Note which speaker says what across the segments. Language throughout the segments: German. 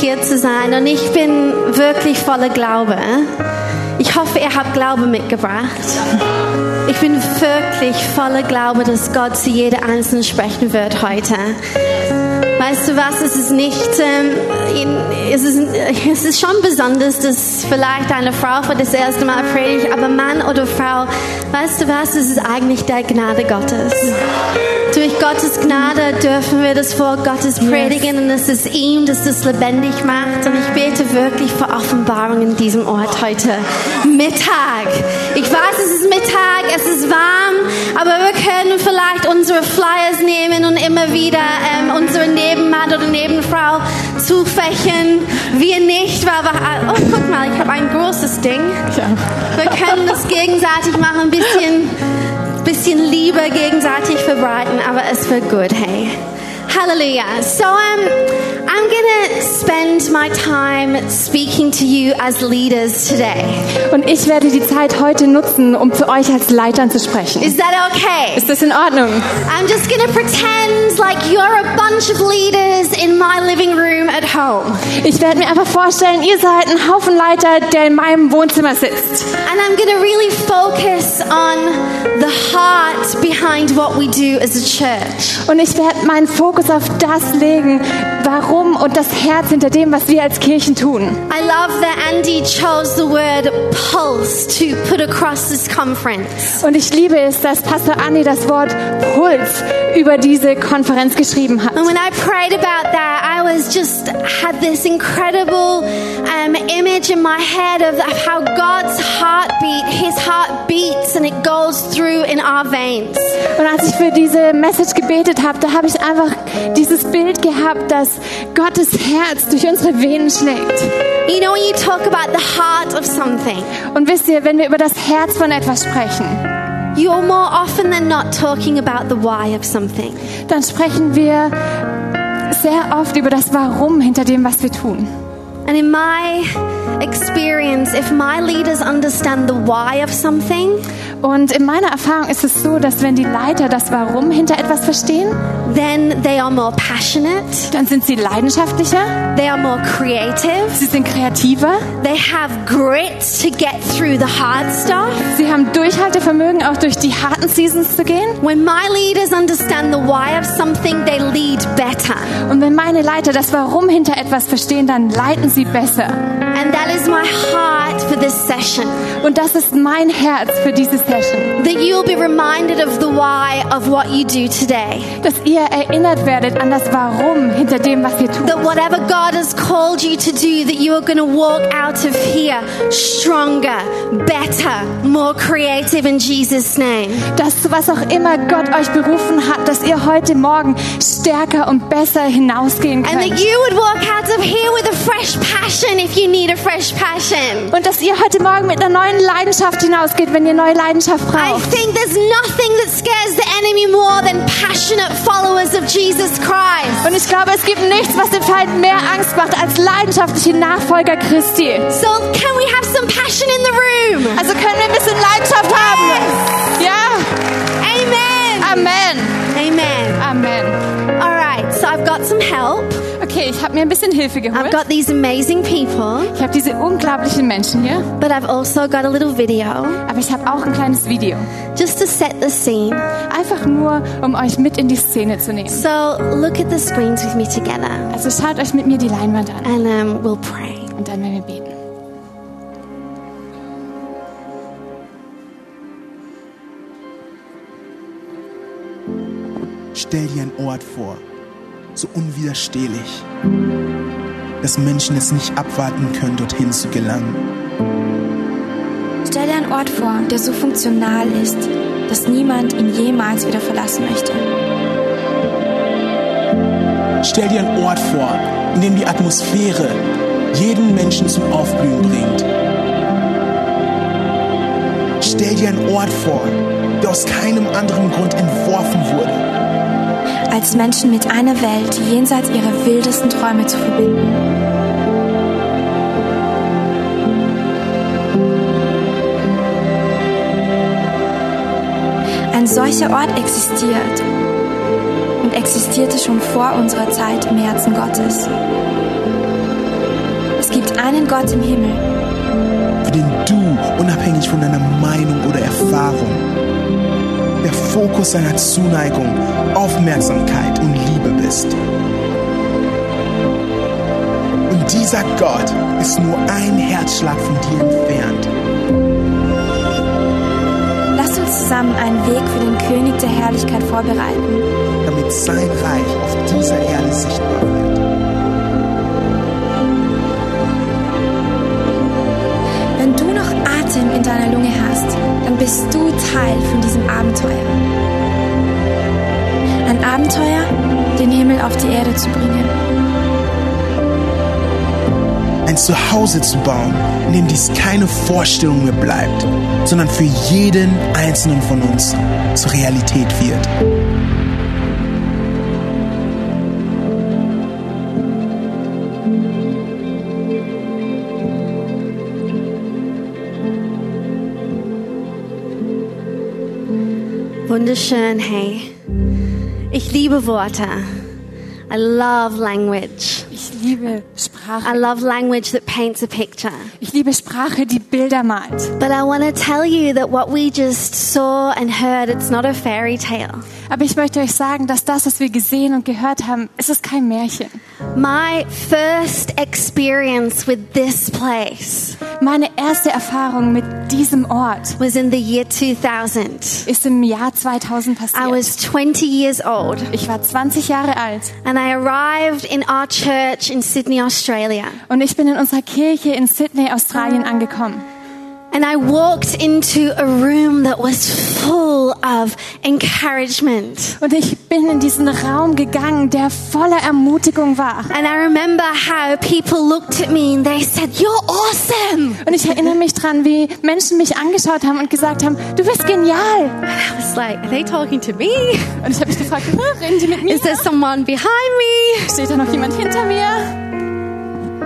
Speaker 1: hier zu sein und ich bin wirklich voller Glaube. Ich hoffe, ihr habt Glaube mitgebracht. Ich bin wirklich voller Glaube, dass Gott zu jeder Einzelnen sprechen wird heute. Weißt du was, es ist nicht, ähm, in- es, ist, es ist schon besonders, dass vielleicht eine Frau für das erste Mal predigt, aber Mann oder Frau, weißt du was, es ist eigentlich der Gnade Gottes. Durch Gottes Gnade dürfen wir das Wort Gottes predigen und es ist ihm, dass das lebendig macht. Und ich bete wirklich für Offenbarung in diesem Ort heute. Mittag. Ich weiß, es ist Mittag, es ist warm, aber wir können vielleicht unsere Flyers nehmen und immer wieder ähm, unsere Nebenmann oder Nebenfrau zufächen. Wir nicht, weil wir... Oh, guck mal, ich habe ein großes Ding. Wir können das gegenseitig machen, ein bisschen bisschen Liebe gegenseitig verbreiten, aber es wird gut, hey. Hallelujah. So um, I'm going to spend my time speaking to you as leaders today.
Speaker 2: Und ich werde die Zeit heute nutzen, um zu euch als Leitern zu sprechen.
Speaker 1: Is that okay?
Speaker 2: Ist das in Ordnung?
Speaker 1: I'm just going to pretend like you're a bunch of leaders in my living room at home.
Speaker 2: Ich werde mir einfach vorstellen, ihr seid ein Haufen Leiter, der in meinem Wohnzimmer sitzt.
Speaker 1: And I'm going to really focus on the heart behind what we do as a church.
Speaker 2: Und ich werde meinen Fokus auf das legen, warum und das Herz hinter dem, was wir als Kirchen tun.
Speaker 1: I love that Andy chose the word pulse to put across this conference.
Speaker 2: Und ich liebe es, dass Pastor Anni das Wort Puls über diese Konferenz geschrieben hat.
Speaker 1: And when I prayed about that, I was just had this incredible um, image in my head of how God's heartbeat, His heart beats and it goes through in our veins.
Speaker 2: Und als ich für diese Message gebetet habe, da habe ich einfach dieses Bild gehabt, dass Gottes Herz durch unsere Venen schlägt.
Speaker 1: You know, when you talk about the heart of something,
Speaker 2: Und wisst ihr, wenn wir über das Herz von etwas sprechen,
Speaker 1: you're more often than not talking about the why of something.
Speaker 2: dann sprechen wir sehr oft über das Warum hinter dem, was wir tun.
Speaker 1: And in my experience, if my leaders understand the why of something,
Speaker 2: Und in meiner Erfahrung ist es so, dass wenn die Leiter das Warum hinter etwas verstehen,
Speaker 1: then they are more passionate,
Speaker 2: dann sind sie leidenschaftlicher,
Speaker 1: they are more creative.
Speaker 2: sie sind kreativer,
Speaker 1: They have grit to get through the hard stuff.
Speaker 2: sie haben Durchhaltevermögen, auch durch die harten Seasons zu gehen.
Speaker 1: When my leaders understand the why of something, they lead better.
Speaker 2: Und wenn meine Leiter das Warum hinter etwas verstehen, dann leiten sie besser.
Speaker 1: And that is my heart for this session.
Speaker 2: Und das ist mein Herz für diese Session,
Speaker 1: That you'll be reminded of the why of what you do today.
Speaker 2: dass ihr erinnert werdet an das Warum hinter dem, was ihr tut.
Speaker 1: That whatever God has called you to do, that you are going to walk out of here stronger, better, more creative in Jesus' name.
Speaker 2: dass zu was auch immer Gott euch berufen hat, dass ihr heute Morgen stärker und besser hinausgehen
Speaker 1: And that
Speaker 2: könnt.
Speaker 1: you would walk out of here with a fresh passion if you need a fresh passion.
Speaker 2: Und dass ihr heute Morgen mit einer neuen Leidenschaft hinausgeht, wenn ihr neue Leidenschaft
Speaker 1: I
Speaker 2: braucht.
Speaker 1: think there's nothing that scares the enemy more than passionate followers of Jesus Christ.
Speaker 2: Und ich glaube, es gibt nichts, was dem Feind mehr Angst macht als leidenschaftliche Nachfolger Christi.
Speaker 1: So, can we have some passion in the room?
Speaker 2: Also können wir ein bisschen Leidenschaft haben. Ja.
Speaker 1: Amen.
Speaker 2: Amen.
Speaker 1: Amen.
Speaker 2: Amen.
Speaker 1: All right, so I've got some help.
Speaker 2: Okay, ich habe mir ein bisschen Hilfe
Speaker 1: I've
Speaker 2: geholt.
Speaker 1: got these amazing people,
Speaker 2: Ich habe diese unglaublichen Menschen hier,
Speaker 1: but I've also got a little video
Speaker 2: aber ich habe auch ein kleines Video.
Speaker 1: just to set the scene.
Speaker 2: Einfach nur, um euch mit in die Szene zu nehmen.
Speaker 1: So, look at the screens with me together
Speaker 2: Also schaut euch mit mir die Leinwand an.
Speaker 1: and um, we'll pray.
Speaker 2: Und dann werden wir beten.
Speaker 3: Stell dir einen Ort vor, so unwiderstehlich, dass Menschen es nicht abwarten können, dorthin zu gelangen.
Speaker 4: Stell dir einen Ort vor, der so funktional ist, dass niemand ihn jemals wieder verlassen möchte.
Speaker 3: Stell dir einen Ort vor, in dem die Atmosphäre jeden Menschen zum Aufblühen bringt. Stell dir einen Ort vor, der aus keinem anderen Grund entworfen wurde.
Speaker 4: Als Menschen mit einer Welt jenseits ihrer wildesten Träume zu verbinden. Ein solcher Ort existiert und existierte schon vor unserer Zeit im Herzen Gottes. Es gibt einen Gott im Himmel,
Speaker 3: für den du, unabhängig von deiner Meinung oder Erfahrung, der Fokus deiner Zuneigung, Aufmerksamkeit und Liebe bist. Und dieser Gott ist nur ein Herzschlag von dir entfernt.
Speaker 4: Lasst uns zusammen einen Weg für den König der Herrlichkeit vorbereiten.
Speaker 3: damit sein Reich auf dieser Erde sichtbar wird.
Speaker 4: Wenn du noch Atem in deiner Lunge hast, dann bist du Teil von diesem Abenteuer. Ein Abenteuer, den Himmel auf die Erde zu bringen.
Speaker 3: Ein Zuhause zu bauen, in dem dies keine Vorstellung mehr bleibt, sondern für jeden einzelnen von uns zur Realität wird.
Speaker 1: Wunderschön, hey. Ich liebe Worte. I love language.
Speaker 2: Ich liebe
Speaker 1: I
Speaker 2: Sprache.
Speaker 1: love language that paints a picture.
Speaker 2: Ich liebe Sprache, die Bilder malt.
Speaker 1: But I want to tell you that what we just saw and heard, it's not a fairy tale.
Speaker 2: Aber ich möchte euch sagen, dass das, was wir gesehen und gehört haben, es ist kein Märchen.
Speaker 1: My first experience with this place
Speaker 2: Meine erste Erfahrung mit diesem Ort
Speaker 1: was in the year 2000.
Speaker 2: ist im Jahr 2000
Speaker 1: I
Speaker 2: passiert.
Speaker 1: was 20 years old
Speaker 2: Ich war 20 Jahre alt
Speaker 1: and I arrived in our church in Sydney, Australia.
Speaker 2: und ich bin in unserer Kirche in Sydney, Australien angekommen.
Speaker 1: And I walked into a room that was full of encouragement.
Speaker 2: Und ich bin in diesen Raum gegangen, der voller Ermutigung war.
Speaker 1: And I remember how people looked at me and they said, You're awesome!
Speaker 2: Und ich erinnere mich dran, wie Menschen mich angeschaut haben und gesagt haben, du bist genial.
Speaker 1: I was like, Are they talking to me?
Speaker 2: Und ich habe mich gefragt, "Ah, reden die mit mir?
Speaker 1: Is there someone behind me?
Speaker 2: Steht da noch jemand hinter mir?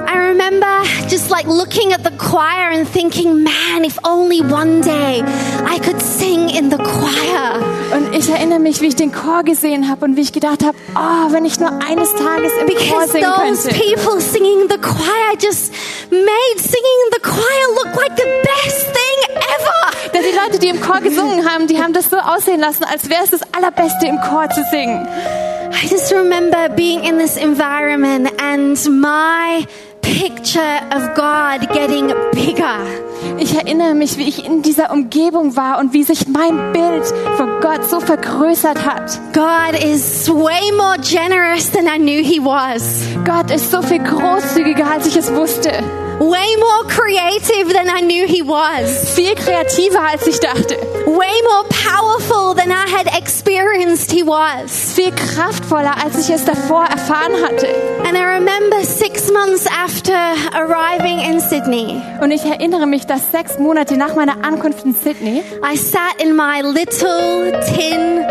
Speaker 1: I remember just like looking at the choir and thinking, man, if only one day I could sing in the choir.
Speaker 2: Und ich erinnere mich, wie ich den Chor gesehen habe und wie ich gedacht habe, oh, wenn ich nur eines Tages im Chor
Speaker 1: Because
Speaker 2: singen
Speaker 1: those
Speaker 2: könnte.
Speaker 1: people singing the choir just made singing in the choir look like the best thing ever.
Speaker 2: Denn die Leute, die im Chor gesungen haben, die haben das so aussehen lassen, als wäre es das Allerbeste im Chor zu singen.
Speaker 1: I just remember being in this environment and my picture of God getting bigger.
Speaker 2: Ich erinnere mich, wie ich in dieser Umgebung war und wie sich mein Bild von Gott so vergrößert hat.
Speaker 1: God is way more generous than I knew He was.
Speaker 2: Gott ist so viel großzügiger, als ich es wusste.
Speaker 1: Way more creative than I knew He was.
Speaker 2: Viel kreativer, als ich dachte.
Speaker 1: way more powerful than I had experienced he was.
Speaker 2: Viel kraftvoller, als ich es davor erfahren hatte.
Speaker 1: And I remember six months after arriving in Sydney,
Speaker 2: Und ich erinnere mich, dass sechs Monate nach meiner Ankunft in Sydney
Speaker 1: I sat in my little tin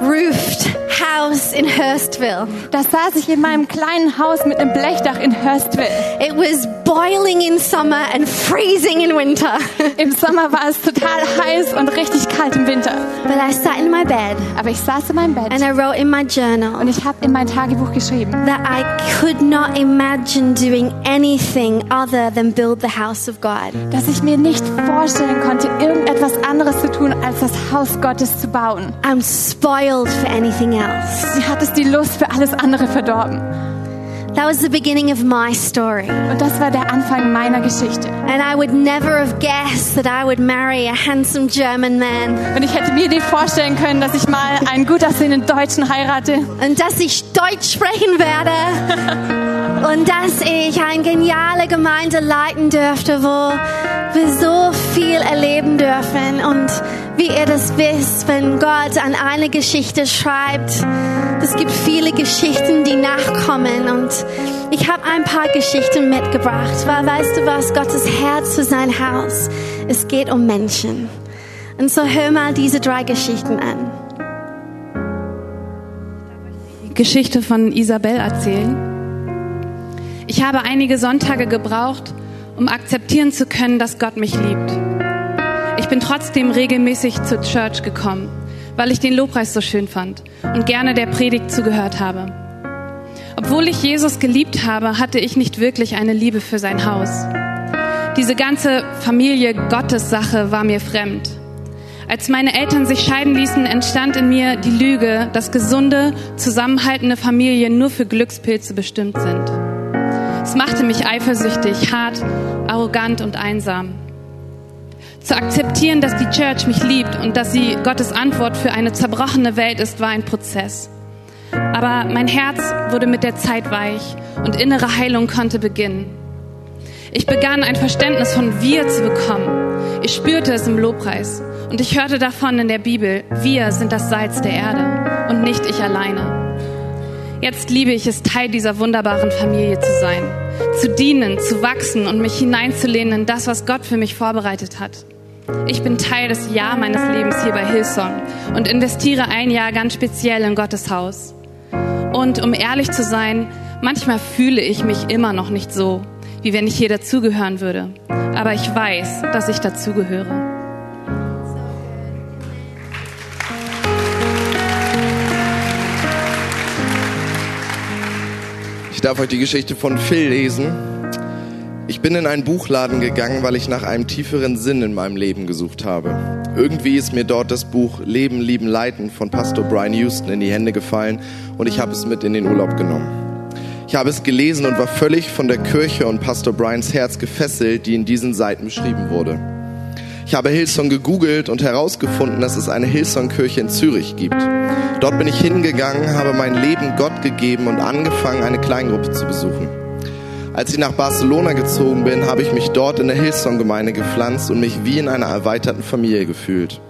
Speaker 1: roofed house in Hurstville.
Speaker 2: Da saß ich in meinem kleinen Haus mit einem Blechdach in Hurstville.
Speaker 1: It was boiling in summer and freezing in winter.
Speaker 2: Im Sommer war es total heiß und richtig kalt im Winter.
Speaker 1: but I sat in my bed
Speaker 2: Aber ich saß in meinem Bett
Speaker 1: and I wrote in my journal
Speaker 2: und ich habe in mein Tagebuch geschrieben,
Speaker 1: that I could not imagine doing anything other than build the house of God.
Speaker 2: dass ich mir nicht vorstellen konnte, irgendetwas anderes zu tun, als das Haus Gottes zu bauen.
Speaker 1: I'm spoiled for anything else.
Speaker 2: Mir hat es die Lust für alles andere verdorben.
Speaker 1: That was the beginning of my story.
Speaker 2: Und das war der Anfang meiner Geschichte.
Speaker 1: And I would never have guessed that I would marry a handsome German man.
Speaker 2: Und ich hätte mir nicht vorstellen können, dass ich mal einen gut aussehenden Deutschen heirate
Speaker 1: Und dass ich Deutsch sprechen werde. Und dass ich eine geniale Gemeinde leiten dürfte, wo wir so viel erleben dürfen. Und wie ihr das wisst, wenn Gott an eine Geschichte schreibt, es gibt viele Geschichten, die nachkommen. Und ich habe ein paar Geschichten mitgebracht, weil weißt du was, Gottes Herz für sein Haus, es geht um Menschen. Und so hör mal diese drei Geschichten an.
Speaker 5: Geschichte von Isabel erzählen. Ich habe einige Sonntage gebraucht, um akzeptieren zu können, dass Gott mich liebt. Ich bin trotzdem regelmäßig zur Church gekommen, weil ich den Lobpreis so schön fand und gerne der Predigt zugehört habe. Obwohl ich Jesus geliebt habe, hatte ich nicht wirklich eine Liebe für sein Haus. Diese ganze Familie Gottes Sache war mir fremd. Als meine Eltern sich scheiden ließen, entstand in mir die Lüge, dass gesunde, zusammenhaltende Familien nur für Glückspilze bestimmt sind. Es machte mich eifersüchtig, hart, arrogant und einsam. Zu akzeptieren, dass die Church mich liebt und dass sie Gottes Antwort für eine zerbrochene Welt ist, war ein Prozess. Aber mein Herz wurde mit der Zeit weich und innere Heilung konnte beginnen. Ich begann ein Verständnis von wir zu bekommen. Ich spürte es im Lobpreis und ich hörte davon in der Bibel, wir sind das Salz der Erde und nicht ich alleine. Jetzt liebe ich es, Teil dieser wunderbaren Familie zu sein, zu dienen, zu wachsen und mich hineinzulehnen in das, was Gott für mich vorbereitet hat. Ich bin Teil des Jahr meines Lebens hier bei Hillsong und investiere ein Jahr ganz speziell in Gottes Haus. Und um ehrlich zu sein, manchmal fühle ich mich immer noch nicht so, wie wenn ich hier dazugehören würde. Aber ich weiß, dass ich dazugehöre.
Speaker 6: Ich darf euch die Geschichte von Phil lesen. Ich bin in einen Buchladen gegangen, weil ich nach einem tieferen Sinn in meinem Leben gesucht habe. Irgendwie ist mir dort das Buch Leben, Lieben, Leiten von Pastor Brian Houston in die Hände gefallen und ich habe es mit in den Urlaub genommen. Ich habe es gelesen und war völlig von der Kirche und Pastor Brians Herz gefesselt, die in diesen Seiten beschrieben wurde. Ich habe Hillsong gegoogelt und herausgefunden, dass es eine Hillsong-Kirche in Zürich gibt. Dort bin ich hingegangen, habe mein Leben Gott gegeben und angefangen, eine Kleingruppe zu besuchen. Als ich nach Barcelona gezogen bin, habe ich mich dort in der Hillsong-Gemeinde gepflanzt und mich wie in einer erweiterten Familie gefühlt.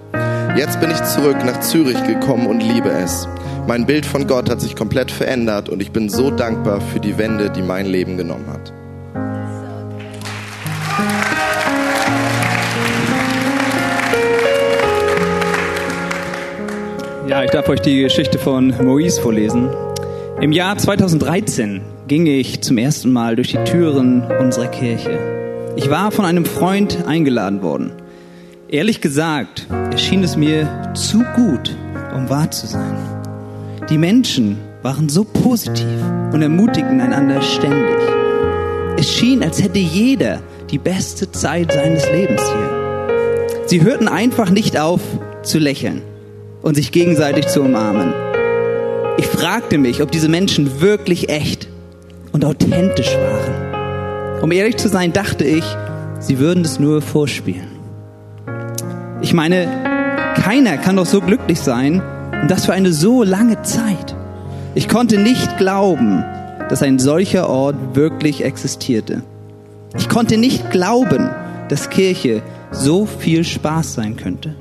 Speaker 6: Jetzt bin ich zurück nach Zürich gekommen und liebe es. Mein Bild von Gott hat sich komplett verändert und ich bin so dankbar für die Wende, die mein Leben genommen hat.
Speaker 7: Ja, ich darf euch die Geschichte von Maurice vorlesen. Im Jahr 2013 ging ich zum ersten Mal durch die Türen unserer Kirche. Ich war von einem Freund eingeladen worden. Ehrlich gesagt, erschien es mir zu gut, um wahr zu sein. Die Menschen waren so positiv und ermutigten einander ständig. Es schien, als hätte jeder die beste Zeit seines Lebens hier. Sie hörten einfach nicht auf zu lächeln und sich gegenseitig zu umarmen. Ich fragte mich, ob diese Menschen wirklich echt und authentisch waren. Um ehrlich zu sein, dachte ich, sie würden es nur vorspielen. Ich meine, keiner kann doch so glücklich sein und das für eine so lange Zeit. Ich konnte nicht glauben, dass ein solcher Ort wirklich existierte. Ich konnte nicht glauben, dass Kirche so viel Spaß sein könnte.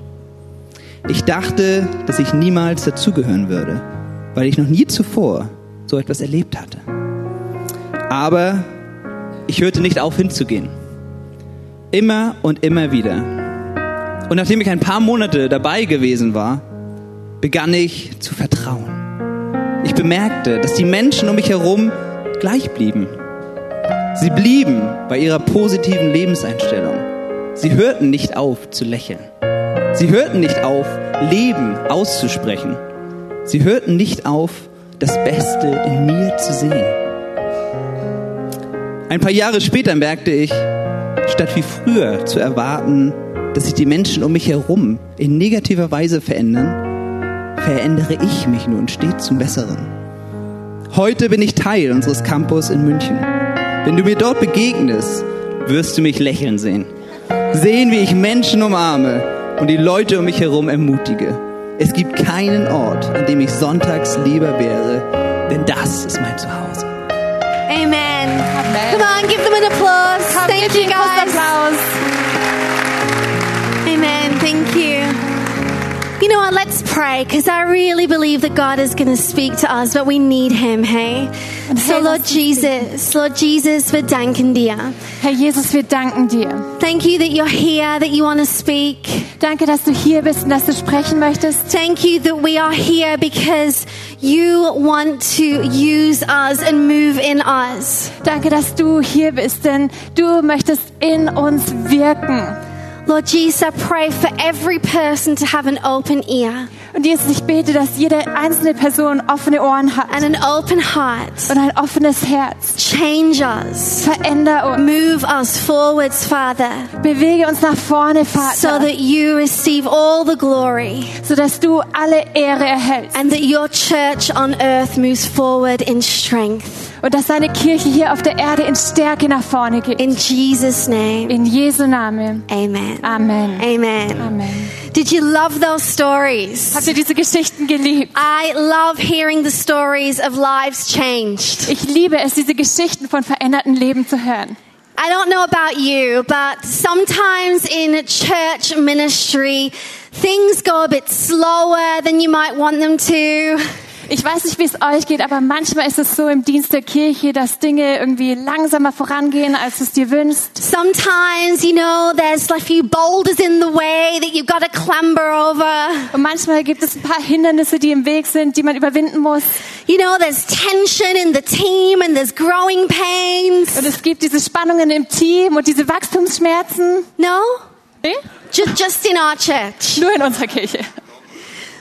Speaker 7: Ich dachte, dass ich niemals dazugehören würde, weil ich noch nie zuvor so etwas erlebt hatte. Aber ich hörte nicht auf hinzugehen. Immer und immer wieder. Und nachdem ich ein paar Monate dabei gewesen war, begann ich zu vertrauen. Ich bemerkte, dass die Menschen um mich herum gleich blieben. Sie blieben bei ihrer positiven Lebenseinstellung. Sie hörten nicht auf zu lächeln. Sie hörten nicht auf, Leben auszusprechen. Sie hörten nicht auf, das Beste in mir zu sehen. Ein paar Jahre später merkte ich, statt wie früher zu erwarten, dass sich die Menschen um mich herum in negativer Weise verändern, verändere ich mich nun stets zum Besseren. Heute bin ich Teil unseres Campus in München. Wenn du mir dort begegnest, wirst du mich lächeln sehen. Sehen, wie ich Menschen umarme und die Leute um mich herum ermutige. Es gibt keinen Ort, an dem ich sonntags lieber wäre, denn das ist mein Zuhause.
Speaker 1: Amen. Come on, give them an applause. Thank you, guys. Amen. Thank you. You know what? Let's pray because I really believe that God is going to speak to us, but we need Him, hey? So,
Speaker 2: hey,
Speaker 1: Lord
Speaker 2: lass uns
Speaker 1: Jesus, Lord Jesus, wir danken dir.
Speaker 2: Herr Jesus, wir danken dir.
Speaker 1: Thank you that you're here, that you want to speak.
Speaker 2: Danke, dass du hier bist und dass du sprechen möchtest.
Speaker 1: Thank you that we are here because you want to use us and move in us.
Speaker 2: Danke, dass du hier bist, denn du möchtest in uns wirken.
Speaker 1: Lord Jesus, I pray for every person to have an open ear.
Speaker 2: Und Jesus, ich bete, dass jede einzelne Person offene Ohren hat
Speaker 1: and an open heart.
Speaker 2: und ein offenes Herz.
Speaker 1: Change us.
Speaker 2: Veränder uns.
Speaker 1: Move us forwards, Father,
Speaker 2: Bewege uns nach vorne,
Speaker 1: so
Speaker 2: Vater,
Speaker 1: that you receive all the glory
Speaker 2: sodass du alle Ehre erhältst
Speaker 1: and that your church on earth moves forward in strength.
Speaker 2: und dass deine Kirche hier auf der Erde in Stärke nach vorne geht.
Speaker 1: In Jesus' name,
Speaker 2: In Jesu Namen.
Speaker 1: amen.
Speaker 2: Amen.
Speaker 1: Amen.
Speaker 2: Amen.
Speaker 1: Did you love those stories?
Speaker 2: Habt ihr diese Geschichten geliebt?
Speaker 1: I love hearing the stories of lives changed.
Speaker 2: Ich liebe es, diese Geschichten von veränderten Leben zu hören.
Speaker 1: I don't know about you, but sometimes in church ministry, things go a bit slower than you might want them to.
Speaker 2: Ich weiß nicht, wie es euch geht, aber manchmal ist es so im Dienst der Kirche, dass Dinge irgendwie langsamer vorangehen, als du es dir wünschst.
Speaker 1: Sometimes, you know, there's a few boulders in the way that you've got to clamber over.
Speaker 2: Und manchmal gibt es ein paar Hindernisse, die im Weg sind, die man überwinden muss.
Speaker 1: You know, there's tension in the team and there's growing pains.
Speaker 2: Und es gibt diese Spannungen im Team und diese Wachstumsschmerzen.
Speaker 1: No?
Speaker 2: Nee?
Speaker 1: Just, just in our church.
Speaker 2: Nur in unserer Kirche.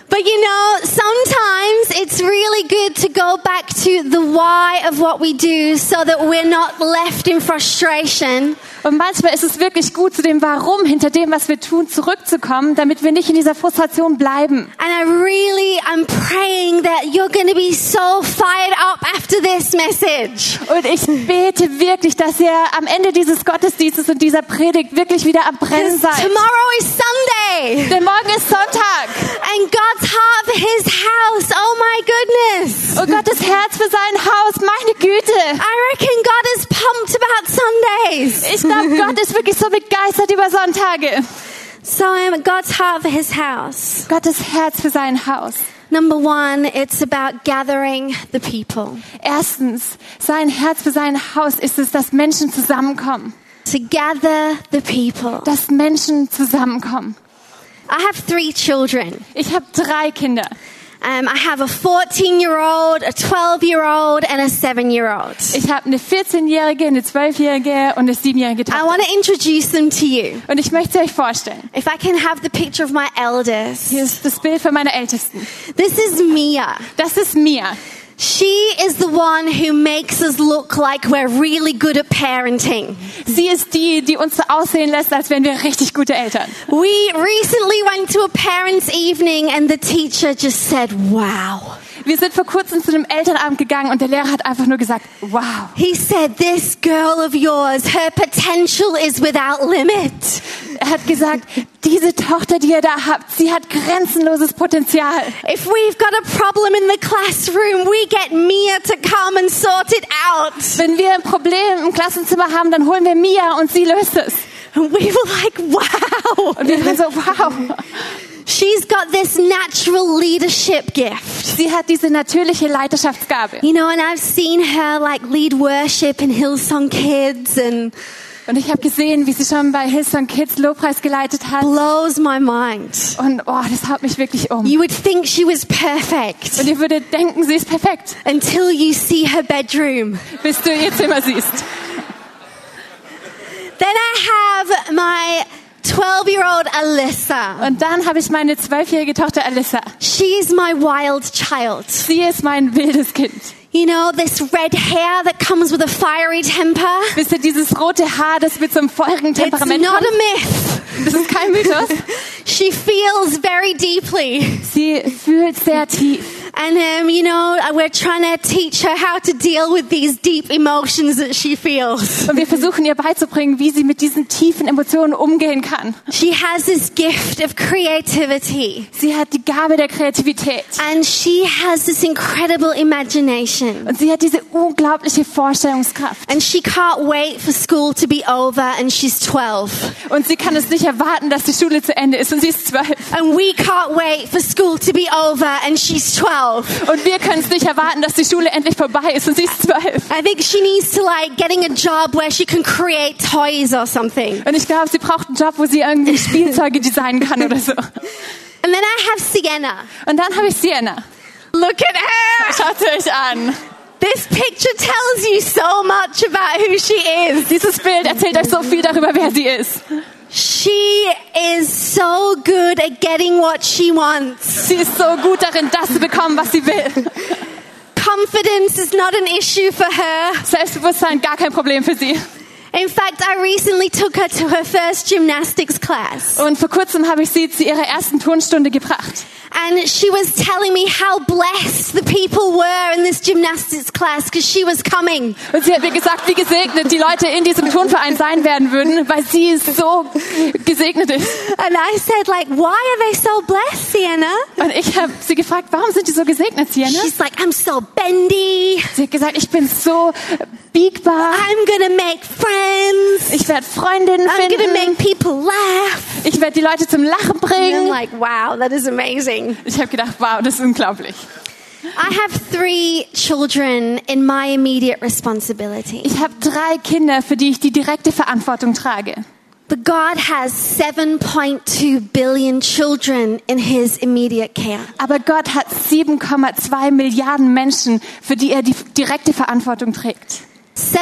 Speaker 1: But you know, sometimes it's really good to go back to the why of what we do so that we're not left in frustration.
Speaker 2: Und manchmal ist es wirklich gut, zu dem Warum, hinter dem, was wir tun, zurückzukommen, damit wir nicht in dieser Frustration bleiben.
Speaker 1: And I really am praying that you're going to be so fired up after this message.
Speaker 2: Und ich bete wirklich, dass ihr am Ende dieses Gottesdienstes und dieser Predigt wirklich wieder am
Speaker 1: 'Cause
Speaker 2: Brennen seid.
Speaker 1: Tomorrow is Sunday
Speaker 2: Denn morgen ist Sonntag
Speaker 1: and God's heart for his house. Oh my goodness.
Speaker 2: und Gottes Oh Herz für sein Haus, meine Güte.
Speaker 1: I reckon God is pumped about Sundays.
Speaker 2: Ich glaube, Gott ist wirklich so begeistert über Sonntage.
Speaker 1: So um, God's heart for his house.
Speaker 2: Gottes Herz für sein Haus.
Speaker 1: Number one, it's about gathering the people.
Speaker 2: Erstens, sein Herz für sein Haus ist es, dass Menschen zusammenkommen.
Speaker 1: to gather the people.
Speaker 2: Dass Menschen zusammenkommen.
Speaker 1: I have three children.
Speaker 2: Ich habe drei Kinder.
Speaker 1: Um, I have a 14 year old, a 12 year old, and a 7 year old.
Speaker 2: Ich habe eine 14-Jährige, eine 12-Jährige und eine 7-Jährige
Speaker 1: I
Speaker 2: Tochter.
Speaker 1: want to introduce them to you.
Speaker 2: Und ich möchte euch vorstellen,
Speaker 1: If I can have the picture of my eldest,
Speaker 2: hier ist das Bild von meiner Ältesten.
Speaker 1: this is Mia.
Speaker 2: Das ist Mia.
Speaker 1: She is the one who makes us look like we're really good at parenting.
Speaker 2: Sie ist die, die uns so aussehen lässt, als wären wir richtig gute Eltern.
Speaker 1: We recently went to a parents' evening, and the teacher just said, Wow.
Speaker 2: Wir sind vor kurzem zu einem Elternabend gegangen und der Lehrer hat einfach nur gesagt, wow.
Speaker 1: He said, This girl of yours, her potential is without limit.
Speaker 2: Er hat gesagt, diese Tochter, die ihr da habt, sie hat grenzenloses Potenzial.
Speaker 1: If we've got a problem in the classroom, we get Mia to come and sort it out.
Speaker 2: Wenn wir ein Problem im Klassenzimmer haben, dann holen wir Mia und sie löst es.
Speaker 1: And we were like,
Speaker 2: Und wir
Speaker 1: wow.
Speaker 2: waren so, wow.
Speaker 1: She's got this natural leadership gift.
Speaker 2: Sie hat diese natürliche Leiterschaftsgabe.
Speaker 1: You know, and I've seen her like lead worship in Hillsong Kids and
Speaker 2: Und ich habe gesehen, wie sie schon bei Hillsong Kids Lobpreis geleitet hat.
Speaker 1: blows my mind.
Speaker 2: Und oh, das haut mich wirklich um.
Speaker 1: You would think she was
Speaker 2: Und
Speaker 1: perfect
Speaker 2: ihr würdet denken, sie ist perfekt,
Speaker 1: until you see her bedroom.
Speaker 2: bis du ihr Zimmer siehst.
Speaker 1: Then I have my 12 year old Alyssa.
Speaker 2: Und dann habe ich meine zwölfjährige Tochter Alyssa.
Speaker 1: She is my wild child.
Speaker 2: Sie ist mein wildes Kind.
Speaker 1: You know, this red hair that comes with a fiery temper.
Speaker 2: Wisst ihr, dieses rote Haar, das mit so einem feurigen
Speaker 1: It's
Speaker 2: Temperament
Speaker 1: not
Speaker 2: kommt,
Speaker 1: a myth.
Speaker 2: das ist kein Mythos.
Speaker 1: She feels very deeply.
Speaker 2: Sie fühlt sehr tief.
Speaker 1: And, um, you know, we're trying to teach her how to deal with these deep emotions that she feels.
Speaker 2: Und wir versuchen ihr beizubringen, wie sie mit diesen tiefen Emotionen umgehen kann.
Speaker 1: She has this gift of creativity
Speaker 2: Sie hat die Gabe der Kreativität.
Speaker 1: and she has this incredible imagination.
Speaker 2: Und sie hat diese unglaubliche Vorstellungskraft.
Speaker 1: And she can't wait for school to be over and she's 12.
Speaker 2: Und sie kann es nicht erwarten, dass die Schule zu Ende ist. Und sie ist zwölf.
Speaker 1: And we can't wait for school to be over and she's 12.
Speaker 2: Und wir können es nicht erwarten, dass die Schule endlich vorbei ist. Und sie ist zwölf.
Speaker 1: I think she needs to like getting a job where she can create toys or something.
Speaker 2: Und ich glaube, sie braucht einen Job, wo sie irgendwie Spielzeuge designen kann oder so.
Speaker 1: And then I have Sienna.
Speaker 2: Und dann habe ich Sienna.
Speaker 1: Look at her.
Speaker 2: Schaut sie euch an.
Speaker 1: This picture tells you so much about who she is.
Speaker 2: Dieses Bild erzählt euch so viel darüber, wer sie ist.
Speaker 1: She is so good at getting what she wants.
Speaker 2: Sie ist so gut darin, das zu bekommen, was sie will.
Speaker 1: Confidence is not an issue for her.
Speaker 2: Selbstbewusstsein, gar kein Problem für sie.
Speaker 1: In fact, I recently took her to her first gymnastics class.
Speaker 2: Und vor kurzem habe ich sie zu ihrer ersten Turnstunde gebracht.
Speaker 1: And she was telling me how blessed the people were in this gymnastics class because she was coming.
Speaker 2: Und sie hat mir gesagt, wie gesegnet die Leute in diesem Turnverein sein werden würden, weil sie so gesegnet ist.
Speaker 1: And I said, like, why are they so blessed, Sienna?
Speaker 2: Und ich habe sie gefragt, warum sind die so gesegnet, Sienna?
Speaker 1: She's like, I'm so bendy.
Speaker 2: Sie hat gesagt, ich bin so biegbar.
Speaker 1: I'm gonna make friends.
Speaker 2: Ich werde Freundinnen
Speaker 1: I'm gonna
Speaker 2: finden.
Speaker 1: make people laugh.
Speaker 2: Ich werde die Leute zum Lachen
Speaker 1: And I'm
Speaker 2: bringen.
Speaker 1: like, wow, that is amazing.
Speaker 2: Ich habe gedacht, wow, das ist unglaublich.
Speaker 1: I have three children in my immediate responsibility,
Speaker 2: Ich habe drei Kinder, für die ich die direkte Verantwortung trage.
Speaker 1: but God has 7.2 billion children in His immediate care.
Speaker 2: Aber Gott hat 7,2 Milliarden Menschen, für die er die direkte Verantwortung trägt.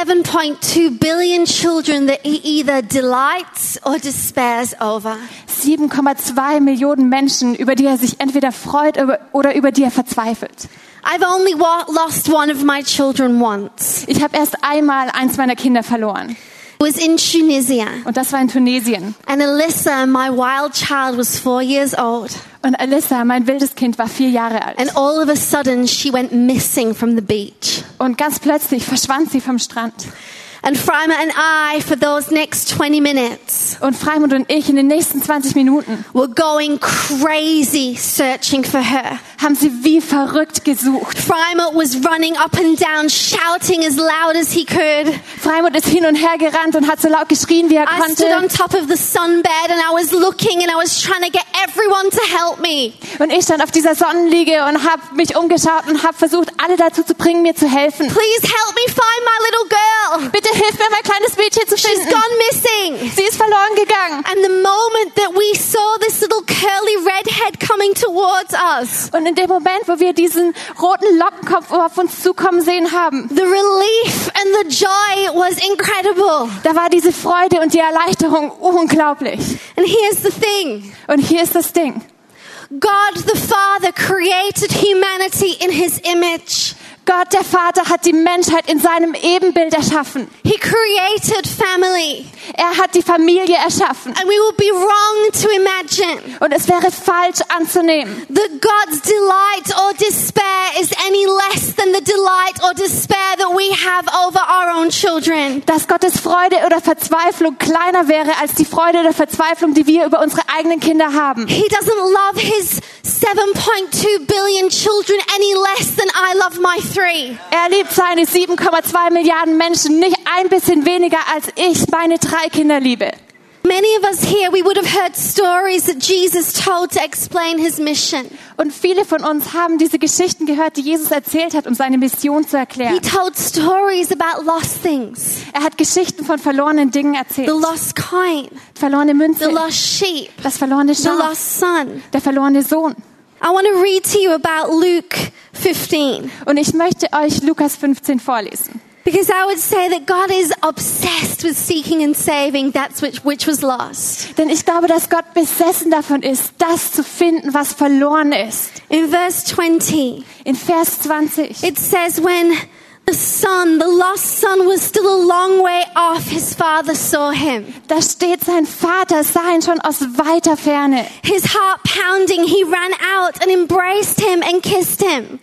Speaker 1: 7.2 billion children that He either delights or despairs over.
Speaker 2: 7,2 Millionen Menschen, über die er sich entweder freut über- oder über die er verzweifelt.
Speaker 1: I've only wa- lost one of my children once.
Speaker 2: Ich habe erst einmal eins meiner Kinder verloren.
Speaker 1: It was in Tunisia,
Speaker 2: Und das war in Tunesien.
Speaker 1: and Alyssa, my wild child, was four years old.
Speaker 2: Und Alyssa, mein wildes Kind, war vier Jahre alt.
Speaker 1: And all of a sudden, she went missing from the beach.
Speaker 2: Und ganz plötzlich verschwand sie vom Strand.
Speaker 1: And Frima and I, for those next 20 minutes,
Speaker 2: Und Freimund und ich in den nächsten 20 Minuten
Speaker 1: were going crazy searching for her.
Speaker 2: haben sie wie verrückt gesucht.
Speaker 1: Frima was running up and down, shouting as loud as he could.
Speaker 2: Freimund ist hin und her gerannt und hat so laut geschrien, wie er
Speaker 1: I stood on
Speaker 2: konnte.
Speaker 1: top of the sunbed and I was looking and I was trying to get everyone to help me.
Speaker 2: Und ich stand auf dieser Sonnenliege und habe mich umgeschaut und habe versucht, alle dazu zu bringen, mir zu helfen.
Speaker 1: Please help me find my little girl.
Speaker 2: Bitte hilf mir, mein kleines Mädchen zu
Speaker 1: She's
Speaker 2: finden.
Speaker 1: gone missing.
Speaker 2: Sie ist verloren gegangen.
Speaker 1: And the moment that we saw this little curly redhead coming towards us,
Speaker 2: Und in dem Moment, wo wir diesen roten Lockenkopf auf uns zukommen sehen haben,
Speaker 1: The relief and the joy was incredible.
Speaker 2: da war diese Freude und die Erleichterung unglaublich.
Speaker 1: And here's the thing
Speaker 2: Und hier ist das Ding.
Speaker 1: God the Father created humanity in His image,
Speaker 2: Gott, der Vater, hat die Menschheit in seinem Ebenbild erschaffen.
Speaker 1: He created family.
Speaker 2: Er hat die Familie erschaffen.
Speaker 1: And we would be wrong to imagine
Speaker 2: Und es wäre falsch anzunehmen,
Speaker 1: that God's delight or despair is any less than the delight or despair that we have over our own children.
Speaker 2: dass Gottes Freude oder Verzweiflung kleiner wäre als die Freude oder Verzweiflung, die wir über unsere eigenen Kinder haben.
Speaker 1: He doesn't love His 7.2 billion children any less than I love my three.
Speaker 2: Er liebt seine 7,2 Milliarden Menschen nicht ein bisschen weniger, als ich meine drei Kinder liebe.
Speaker 1: Many of us here, we would have heard stories that Jesus told to explain his mission.
Speaker 2: Und viele von uns haben diese Geschichten gehört, die Jesus erzählt hat, um seine Mission zu
Speaker 1: He
Speaker 2: erklären.
Speaker 1: told stories about lost things
Speaker 2: Er hat Geschichten von verlorenen Dingen
Speaker 1: the
Speaker 2: erzählt.
Speaker 1: lost coin,
Speaker 2: Verlorene
Speaker 1: the
Speaker 2: Münze,
Speaker 1: lost sheep,
Speaker 2: das verlorene
Speaker 1: the
Speaker 2: Schaf,
Speaker 1: lost son.
Speaker 2: der verlorene Sohn.
Speaker 1: I want to read to you about Luke 15
Speaker 2: Und ich möchte euch Lukas 15 vorlesen.
Speaker 1: because I would say that God is obsessed with seeking and saving that which, which was lost.
Speaker 2: Denn ich glaube, dass Gott besessen davon ist, das zu finden, was verloren ist.
Speaker 1: In verse 20,
Speaker 2: In Vers 20.
Speaker 1: it says, When the son, the lost son, was still a long way off, his father saw him.
Speaker 2: Da steht, sein Vater sah ihn schon aus weiter Ferne.
Speaker 1: His heart pounding, he ran out and embraced him and kissed him.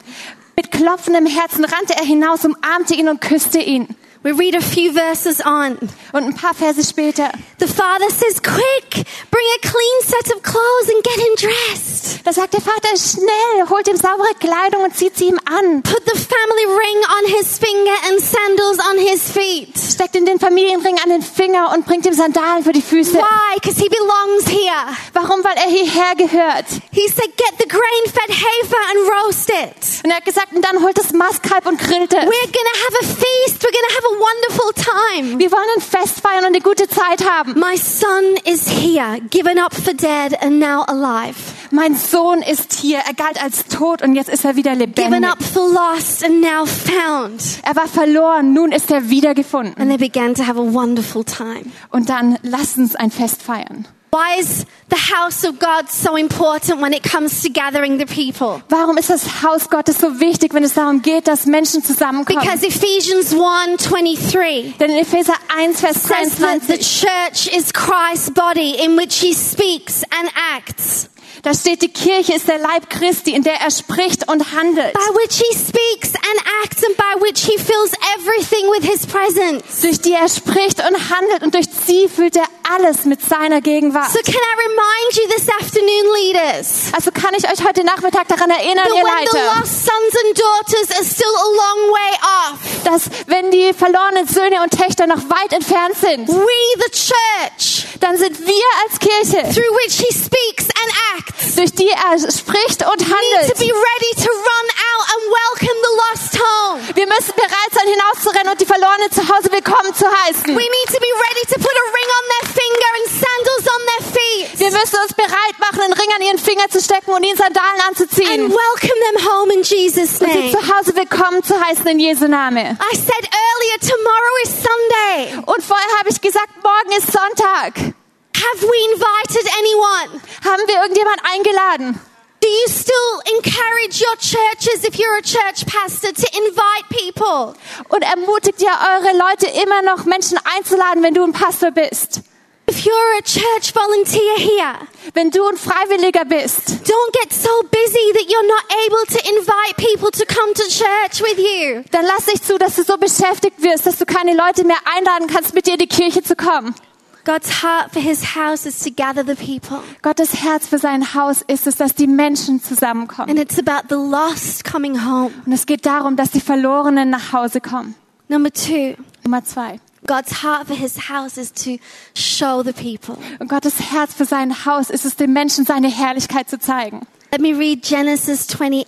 Speaker 2: Mit klopfendem Herzen rannte er hinaus, umarmte ihn und küsste ihn.
Speaker 1: We read a few verses on.
Speaker 2: Und ein paar Verse später,
Speaker 1: The father says, Quick, bring a clean set of clothes and get him dressed.
Speaker 2: da sagt der Vater, schnell, holt ihm saubere Kleidung und zieht sie ihm an.
Speaker 1: Put the family ring on his finger and sandals on his feet.
Speaker 2: Steckt ihm den Familienring an den Finger und bringt ihm Sandalen für die Füße.
Speaker 1: Why? Because he belongs here.
Speaker 2: Warum? Weil er hierher gehört.
Speaker 1: He said, Get the grain fed heifer and roast it.
Speaker 2: Und er hat gesagt, und dann holt das Mastkalb und grillt es.
Speaker 1: We're going to have a feast. We're going to have a wonderful time.
Speaker 2: Wir wollen ein Fest feiern und eine gute Zeit haben.
Speaker 1: My son is here, given up for dead and now alive.
Speaker 2: Mein Sohn ist hier. Er galt als tot und jetzt ist er wieder
Speaker 1: given
Speaker 2: lebendig.
Speaker 1: up for lost and now found.
Speaker 2: Er war verloren, nun ist er wiedergefunden.
Speaker 1: And they began to have a wonderful time.
Speaker 2: Und dann lasst uns ein Fest feiern.
Speaker 1: Why is the house of God so important when it comes to gathering the people?
Speaker 2: Warum ist das Haus Gottes so wichtig, wenn es darum geht, dass Menschen zusammenkommen?
Speaker 1: Because Ephesians 1 23
Speaker 2: Denn in Epheser 1, Vers
Speaker 1: says that the
Speaker 2: 22,
Speaker 1: church is Christ's body in which he speaks and acts.
Speaker 2: da steht, die Kirche ist der Leib Christi, in der er spricht und handelt.
Speaker 1: By which he speaks and acts and by which he fills everything with his presence.
Speaker 2: Durch die er spricht und handelt und durch sie fühlt er alles mit seiner Gegenwart.
Speaker 1: So can I remind you this afternoon, leaders?
Speaker 2: Also kann ich euch heute Nachmittag daran erinnern,
Speaker 1: That
Speaker 2: ihr
Speaker 1: when the
Speaker 2: Leiter,
Speaker 1: lost sons and daughters are still a long way off,
Speaker 2: dass wenn die verlorenen Söhne und Töchter noch weit entfernt sind,
Speaker 1: we, the church,
Speaker 2: dann sind wir als Kirche,
Speaker 1: through which he speaks and acts,
Speaker 2: durch die er spricht und
Speaker 1: need to
Speaker 2: handelt.
Speaker 1: be ready to run out and welcome the lost home.
Speaker 2: Wir müssen bereit sein, hinauszurennen und die Verlorenen zu Hause willkommen zu heißen.
Speaker 1: We need to be ready to put a ring on their finger and sandals on their feet
Speaker 2: Wir müssen uns bereit machen, einen Ring an ihren Finger zu stecken und ihnen Sandalen
Speaker 1: and
Speaker 2: anzuziehen.
Speaker 1: welcome them home in Jesus'
Speaker 2: Und sie
Speaker 1: name.
Speaker 2: zu Hause willkommen zu heißen in Jesu Name.
Speaker 1: I said earlier, tomorrow is Sunday.
Speaker 2: Und vorher habe ich gesagt, morgen ist Sonntag.
Speaker 1: Have we invited anyone?
Speaker 2: Haben wir irgendjemand eingeladen?
Speaker 1: Do you still encourage your churches, if you're a church pastor, to invite people?
Speaker 2: Und ermutigt ihr eure Leute immer noch, Menschen einzuladen, wenn du ein Pastor bist?
Speaker 1: If you're a church volunteer here,
Speaker 2: Wenn du ein Freiwilliger bist?
Speaker 1: don't get so busy that you're not able to invite people to come to church with you.
Speaker 2: Dann lass nicht zu, dass du so beschäftigt wirst, dass du keine Leute mehr einladen kannst, mit dir in die Kirche zu kommen.
Speaker 1: God's heart for his house is to gather the people.
Speaker 2: Gottes Herz für sein Haus ist es, dass die Menschen zusammenkommen.
Speaker 1: And it's about the lost coming home.
Speaker 2: Und es geht darum, dass die Verlorenen nach Hause kommen.
Speaker 1: Number two,
Speaker 2: Nummer zwei.
Speaker 1: God's heart for his house is to show the people.
Speaker 2: Und Gottes Herz für sein Haus ist es, den Menschen seine Herrlichkeit zu zeigen.
Speaker 1: Let me read Genesis 28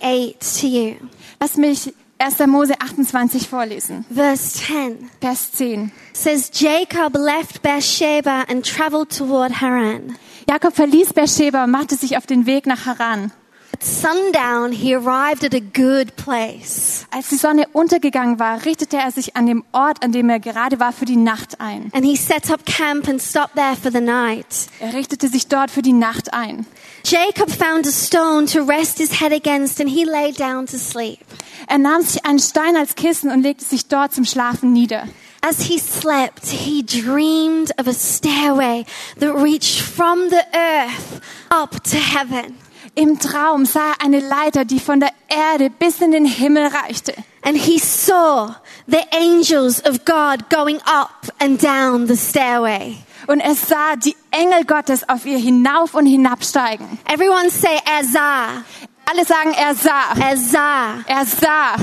Speaker 1: to you,
Speaker 2: Lass mich 1. Mose 28 vorlesen.
Speaker 1: verse 10.
Speaker 2: Vers 10.
Speaker 1: says Jacob left Beersheba and traveled toward Haran.
Speaker 2: Jakob verließ Beersheba und machte sich auf den Weg nach Haran.
Speaker 1: At sundown, he arrived at a good place
Speaker 2: Als die Sonne untergegangen war, richtete er sich an dem Ort, an dem er gerade war, für die Nacht ein.
Speaker 1: and he set up camp and stopped there for the night.
Speaker 2: Er richtete sich dort für die Nacht ein.
Speaker 1: Jacob found a stone to rest his head against and he lay down to sleep.
Speaker 2: Er nahm sich einen Stein als Kissen und legte sich dort zum Schlafen nieder.
Speaker 1: As he slept, he dreamed of a stairway that reached from the earth up to heaven.
Speaker 2: Im Traum sah er eine Leiter, die von der Erde bis in den Himmel reichte.
Speaker 1: And he saw the angels of God going up and down the stairway.
Speaker 2: Und er sah die Engel Gottes auf ihr hinauf und hinabsteigen.
Speaker 1: Everyone say, Azar.
Speaker 2: Alle sagen, er sah.
Speaker 1: Azar.
Speaker 2: Er sah.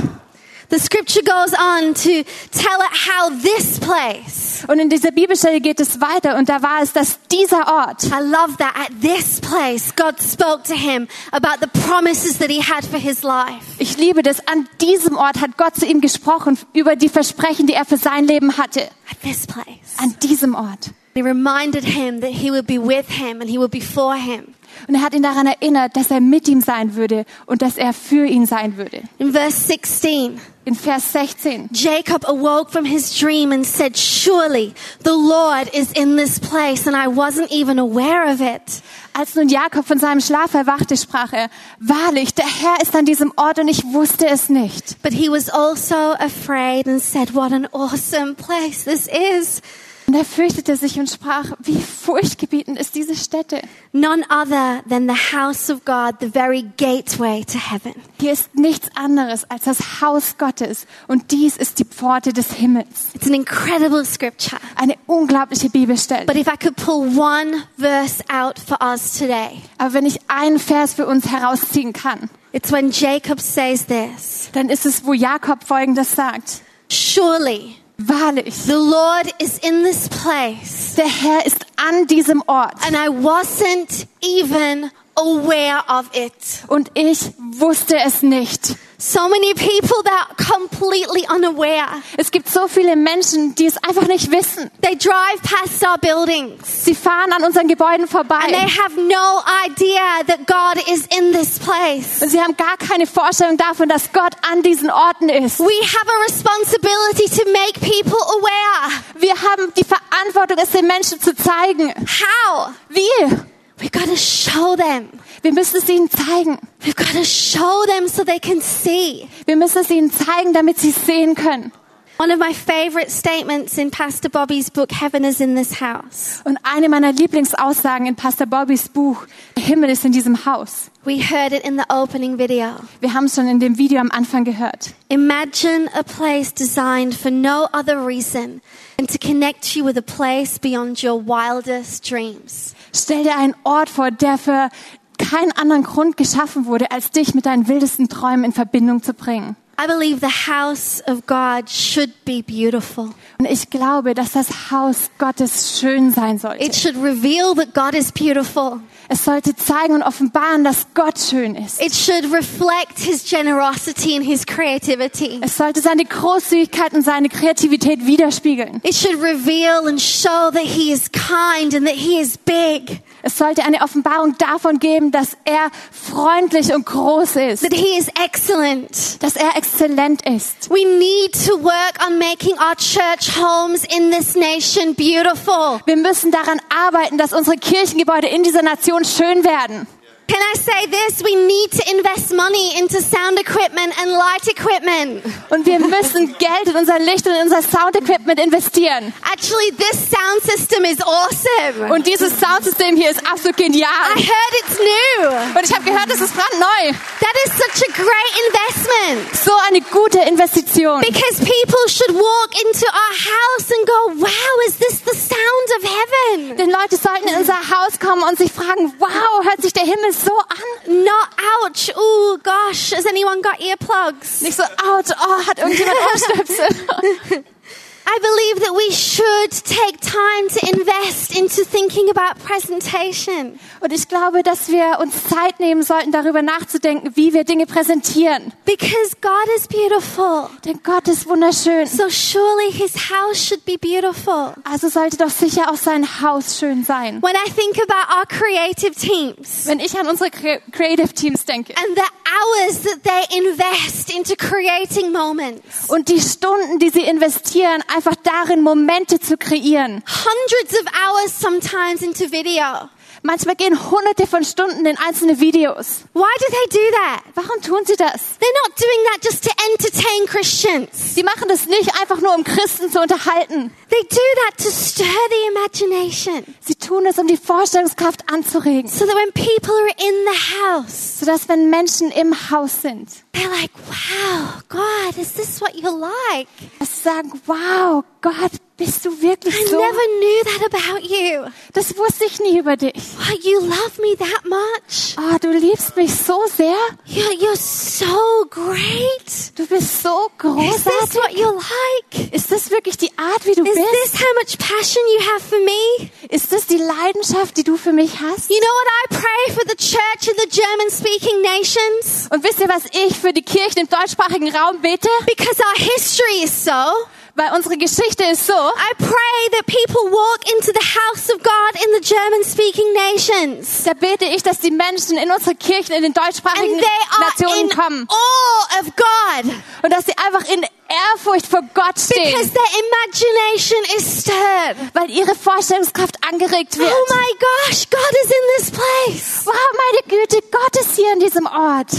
Speaker 1: The scripture goes on to tell it how this place,
Speaker 2: Und in dieser Bibelstelle geht es weiter und da war es, dass dieser Ort,
Speaker 1: I love that at this place, God spoke to him about the promises that he had for his life.
Speaker 2: ich liebe das, an diesem Ort hat Gott zu ihm gesprochen über die Versprechen, die er für sein Leben hatte.
Speaker 1: At this place.
Speaker 2: An diesem Ort.
Speaker 1: He reminded him that he would be with him and he would be for him.
Speaker 2: Und er hat ihn daran erinnert, dass er mit ihm sein würde und dass er für ihn sein würde.
Speaker 1: In verse 16,
Speaker 2: In Vers 16.
Speaker 1: Jacob awoke from his dream and said, Surely the Lord is in this place, and I wasn't even aware of it.
Speaker 2: Als nun Jakob von seinem Schlaf erwachte, sprach er, wahrlich, der Herr ist an diesem Ort und ich wusste es nicht.
Speaker 1: But he was also afraid and said, What an awesome place this is.
Speaker 2: Und er fürchtete sich und sprach, wie furchtgebietend ist diese Stätte.
Speaker 1: None other than the house of God, the very gateway to heaven.
Speaker 2: Hier ist nichts anderes als das Haus Gottes und dies ist die Pforte des Himmels.
Speaker 1: It's an incredible scripture.
Speaker 2: Eine unglaubliche Bibelstelle.
Speaker 1: But if I could pull one verse out for us today,
Speaker 2: Aber wenn ich einen Vers für uns herausziehen kann,
Speaker 1: it's when Jacob says this
Speaker 2: dann ist es, wo Jakob folgendes sagt.
Speaker 1: Surely
Speaker 2: Wahrlich,
Speaker 1: the Lord is in this place.
Speaker 2: der Herr ist an diesem Ort
Speaker 1: and I wasn't even aware of it.
Speaker 2: und ich wusste es nicht.
Speaker 1: So many people that are completely unaware.
Speaker 2: Es gibt so viele Menschen, die es einfach nicht wissen.
Speaker 1: They drive past our buildings
Speaker 2: Sie fahren an unseren Gebäuden
Speaker 1: and they
Speaker 2: vorbei
Speaker 1: have no idea that God is in this place.
Speaker 2: und sie haben gar keine Vorstellung davon, dass Gott an diesen Orten ist.
Speaker 1: We have a responsibility to make people aware.
Speaker 2: Wir haben die Verantwortung ist, den Menschen zu zeigen.
Speaker 1: How?
Speaker 2: Wie?
Speaker 1: We've got to show them.
Speaker 2: Wir müssen es ihnen zeigen.
Speaker 1: We've got to show them so they can see.
Speaker 2: Wir müssen es ihnen zeigen, damit sie es sehen können.
Speaker 1: One of my favorite statements in Pastor Bobby's book, Heaven is in this house.
Speaker 2: Und eine meiner Lieblingsaussagen in Pastor Bobbys Buch, der Himmel ist in diesem Haus.
Speaker 1: We heard it in the opening video.
Speaker 2: Wir haben es schon in dem Video am Anfang gehört.
Speaker 1: Imagine a place designed for no other reason than to connect you with a place beyond your wildest dreams.
Speaker 2: Stell dir einen Ort vor, der für keinen anderen Grund geschaffen wurde, als dich mit deinen wildesten Träumen in Verbindung zu bringen.
Speaker 1: I believe the house of God should be beautiful.
Speaker 2: Und ich glaube, dass das Haus Gottes schön sein sollte.
Speaker 1: It should reveal that God is beautiful.
Speaker 2: Es sollte zeigen und offenbaren, dass Gott schön ist.
Speaker 1: It should reflect his generosity and his creativity.
Speaker 2: Es sollte seine Großzügigkeit und seine Kreativität widerspiegeln.
Speaker 1: It should reveal and show that he is kind and that he is big,
Speaker 2: Es sollte eine Offenbarung davon geben, dass er freundlich und groß ist,
Speaker 1: that he is excellent.
Speaker 2: dass er exzellent ist.
Speaker 1: We need to work on making our church homes in this nation beautiful.
Speaker 2: Wir müssen daran arbeiten, dass unsere Kirchengebäude in dieser Nation schön werden.
Speaker 1: Can I say this? We need to invest money into sound equipment and light equipment.
Speaker 2: Und wir müssen Geld in unser Licht und in unser Soundequipment investieren.
Speaker 1: Actually, this sound system is awesome.
Speaker 2: Und dieses Soundsystem hier ist absolut genial.
Speaker 1: I heard it's new.
Speaker 2: Und ich habe gehört, es ist brandneu.
Speaker 1: That is such a great investment
Speaker 2: So eine gute Investition.
Speaker 1: because people should walk into our house and go, wow, is this the sound of heaven?
Speaker 2: Denn Leute sollten in unser Haus kommen und sich fragen, wow, hört sich der Himmel so an?
Speaker 1: Not ouch, ooh, gosh, has anyone got earplugs?
Speaker 2: Nicht so, out, oh, hat irgendjemand Ohrstöpsel?
Speaker 1: I believe that we should take time to invest into thinking about presentation.
Speaker 2: Und ich glaube, dass wir uns Zeit nehmen sollten, darüber nachzudenken, wie wir Dinge präsentieren.
Speaker 1: Because God is beautiful.
Speaker 2: Denn Gott ist wunderschön.
Speaker 1: So surely his house should be beautiful.
Speaker 2: Also sollte doch sicher auch sein Haus schön sein.
Speaker 1: When I think about our creative teams
Speaker 2: Wenn ich an unsere Cre- Creative Teams denke
Speaker 1: and the hours that they invest into creating moments,
Speaker 2: und die Stunden, die sie investieren, einfach darin, Momente zu kreieren.
Speaker 1: hundreds of hours sometimes into video.
Speaker 2: Manchmal gehen hunderte von Stunden in einzelne Videos.
Speaker 1: Why do they do that?
Speaker 2: Warum tun sie das?
Speaker 1: They're not doing that just to entertain Christians.
Speaker 2: Sie machen das nicht einfach nur, um Christen zu unterhalten.
Speaker 1: They do that to stir the imagination
Speaker 2: Sie tun es, um die Vorstellungskraft anzuregen.
Speaker 1: so that when people are in the house,
Speaker 2: Sodass, wenn Menschen im Haus sind,
Speaker 1: they're like, wow, God, is this what you're like?
Speaker 2: dass sie sagen, wow, Gott, bist du wirklich
Speaker 1: I
Speaker 2: so?
Speaker 1: never knew that about you.
Speaker 2: Das wusste ich nie über dich.
Speaker 1: Wow, you love me that much.
Speaker 2: Oh, du liebst mich so sehr.
Speaker 1: You're, you're so great.
Speaker 2: Du bist so
Speaker 1: Is this
Speaker 2: großartig.
Speaker 1: what you're like?
Speaker 2: Ist das wirklich die Art, wie du
Speaker 1: Is
Speaker 2: bist?
Speaker 1: this how much passion you have for me?
Speaker 2: Ist das die Leidenschaft, die du für mich hast?
Speaker 1: You know what I pray for the church in the German speaking nations?
Speaker 2: Und wisst ihr, was ich für die Kirchen im deutschsprachigen Raum bete?
Speaker 1: Because our history is so.
Speaker 2: Weil unsere Geschichte ist so,
Speaker 1: I pray that people walk into the house of God in the German speaking nations.
Speaker 2: da bete ich, dass die Menschen in unsere Kirchen, in
Speaker 1: And
Speaker 2: den deutschsprachigen
Speaker 1: they are
Speaker 2: Nationen
Speaker 1: in
Speaker 2: kommen.
Speaker 1: awe of God
Speaker 2: Und dass sie einfach in Ehrfurcht vor Gott
Speaker 1: because
Speaker 2: stehen,
Speaker 1: their imagination is stirred.
Speaker 2: weil ihre Vorstellungskraft angeregt wird.
Speaker 1: Oh my gosh, God is in this place.
Speaker 2: Wow, meine Güte, Gott ist hier in diesem Ort.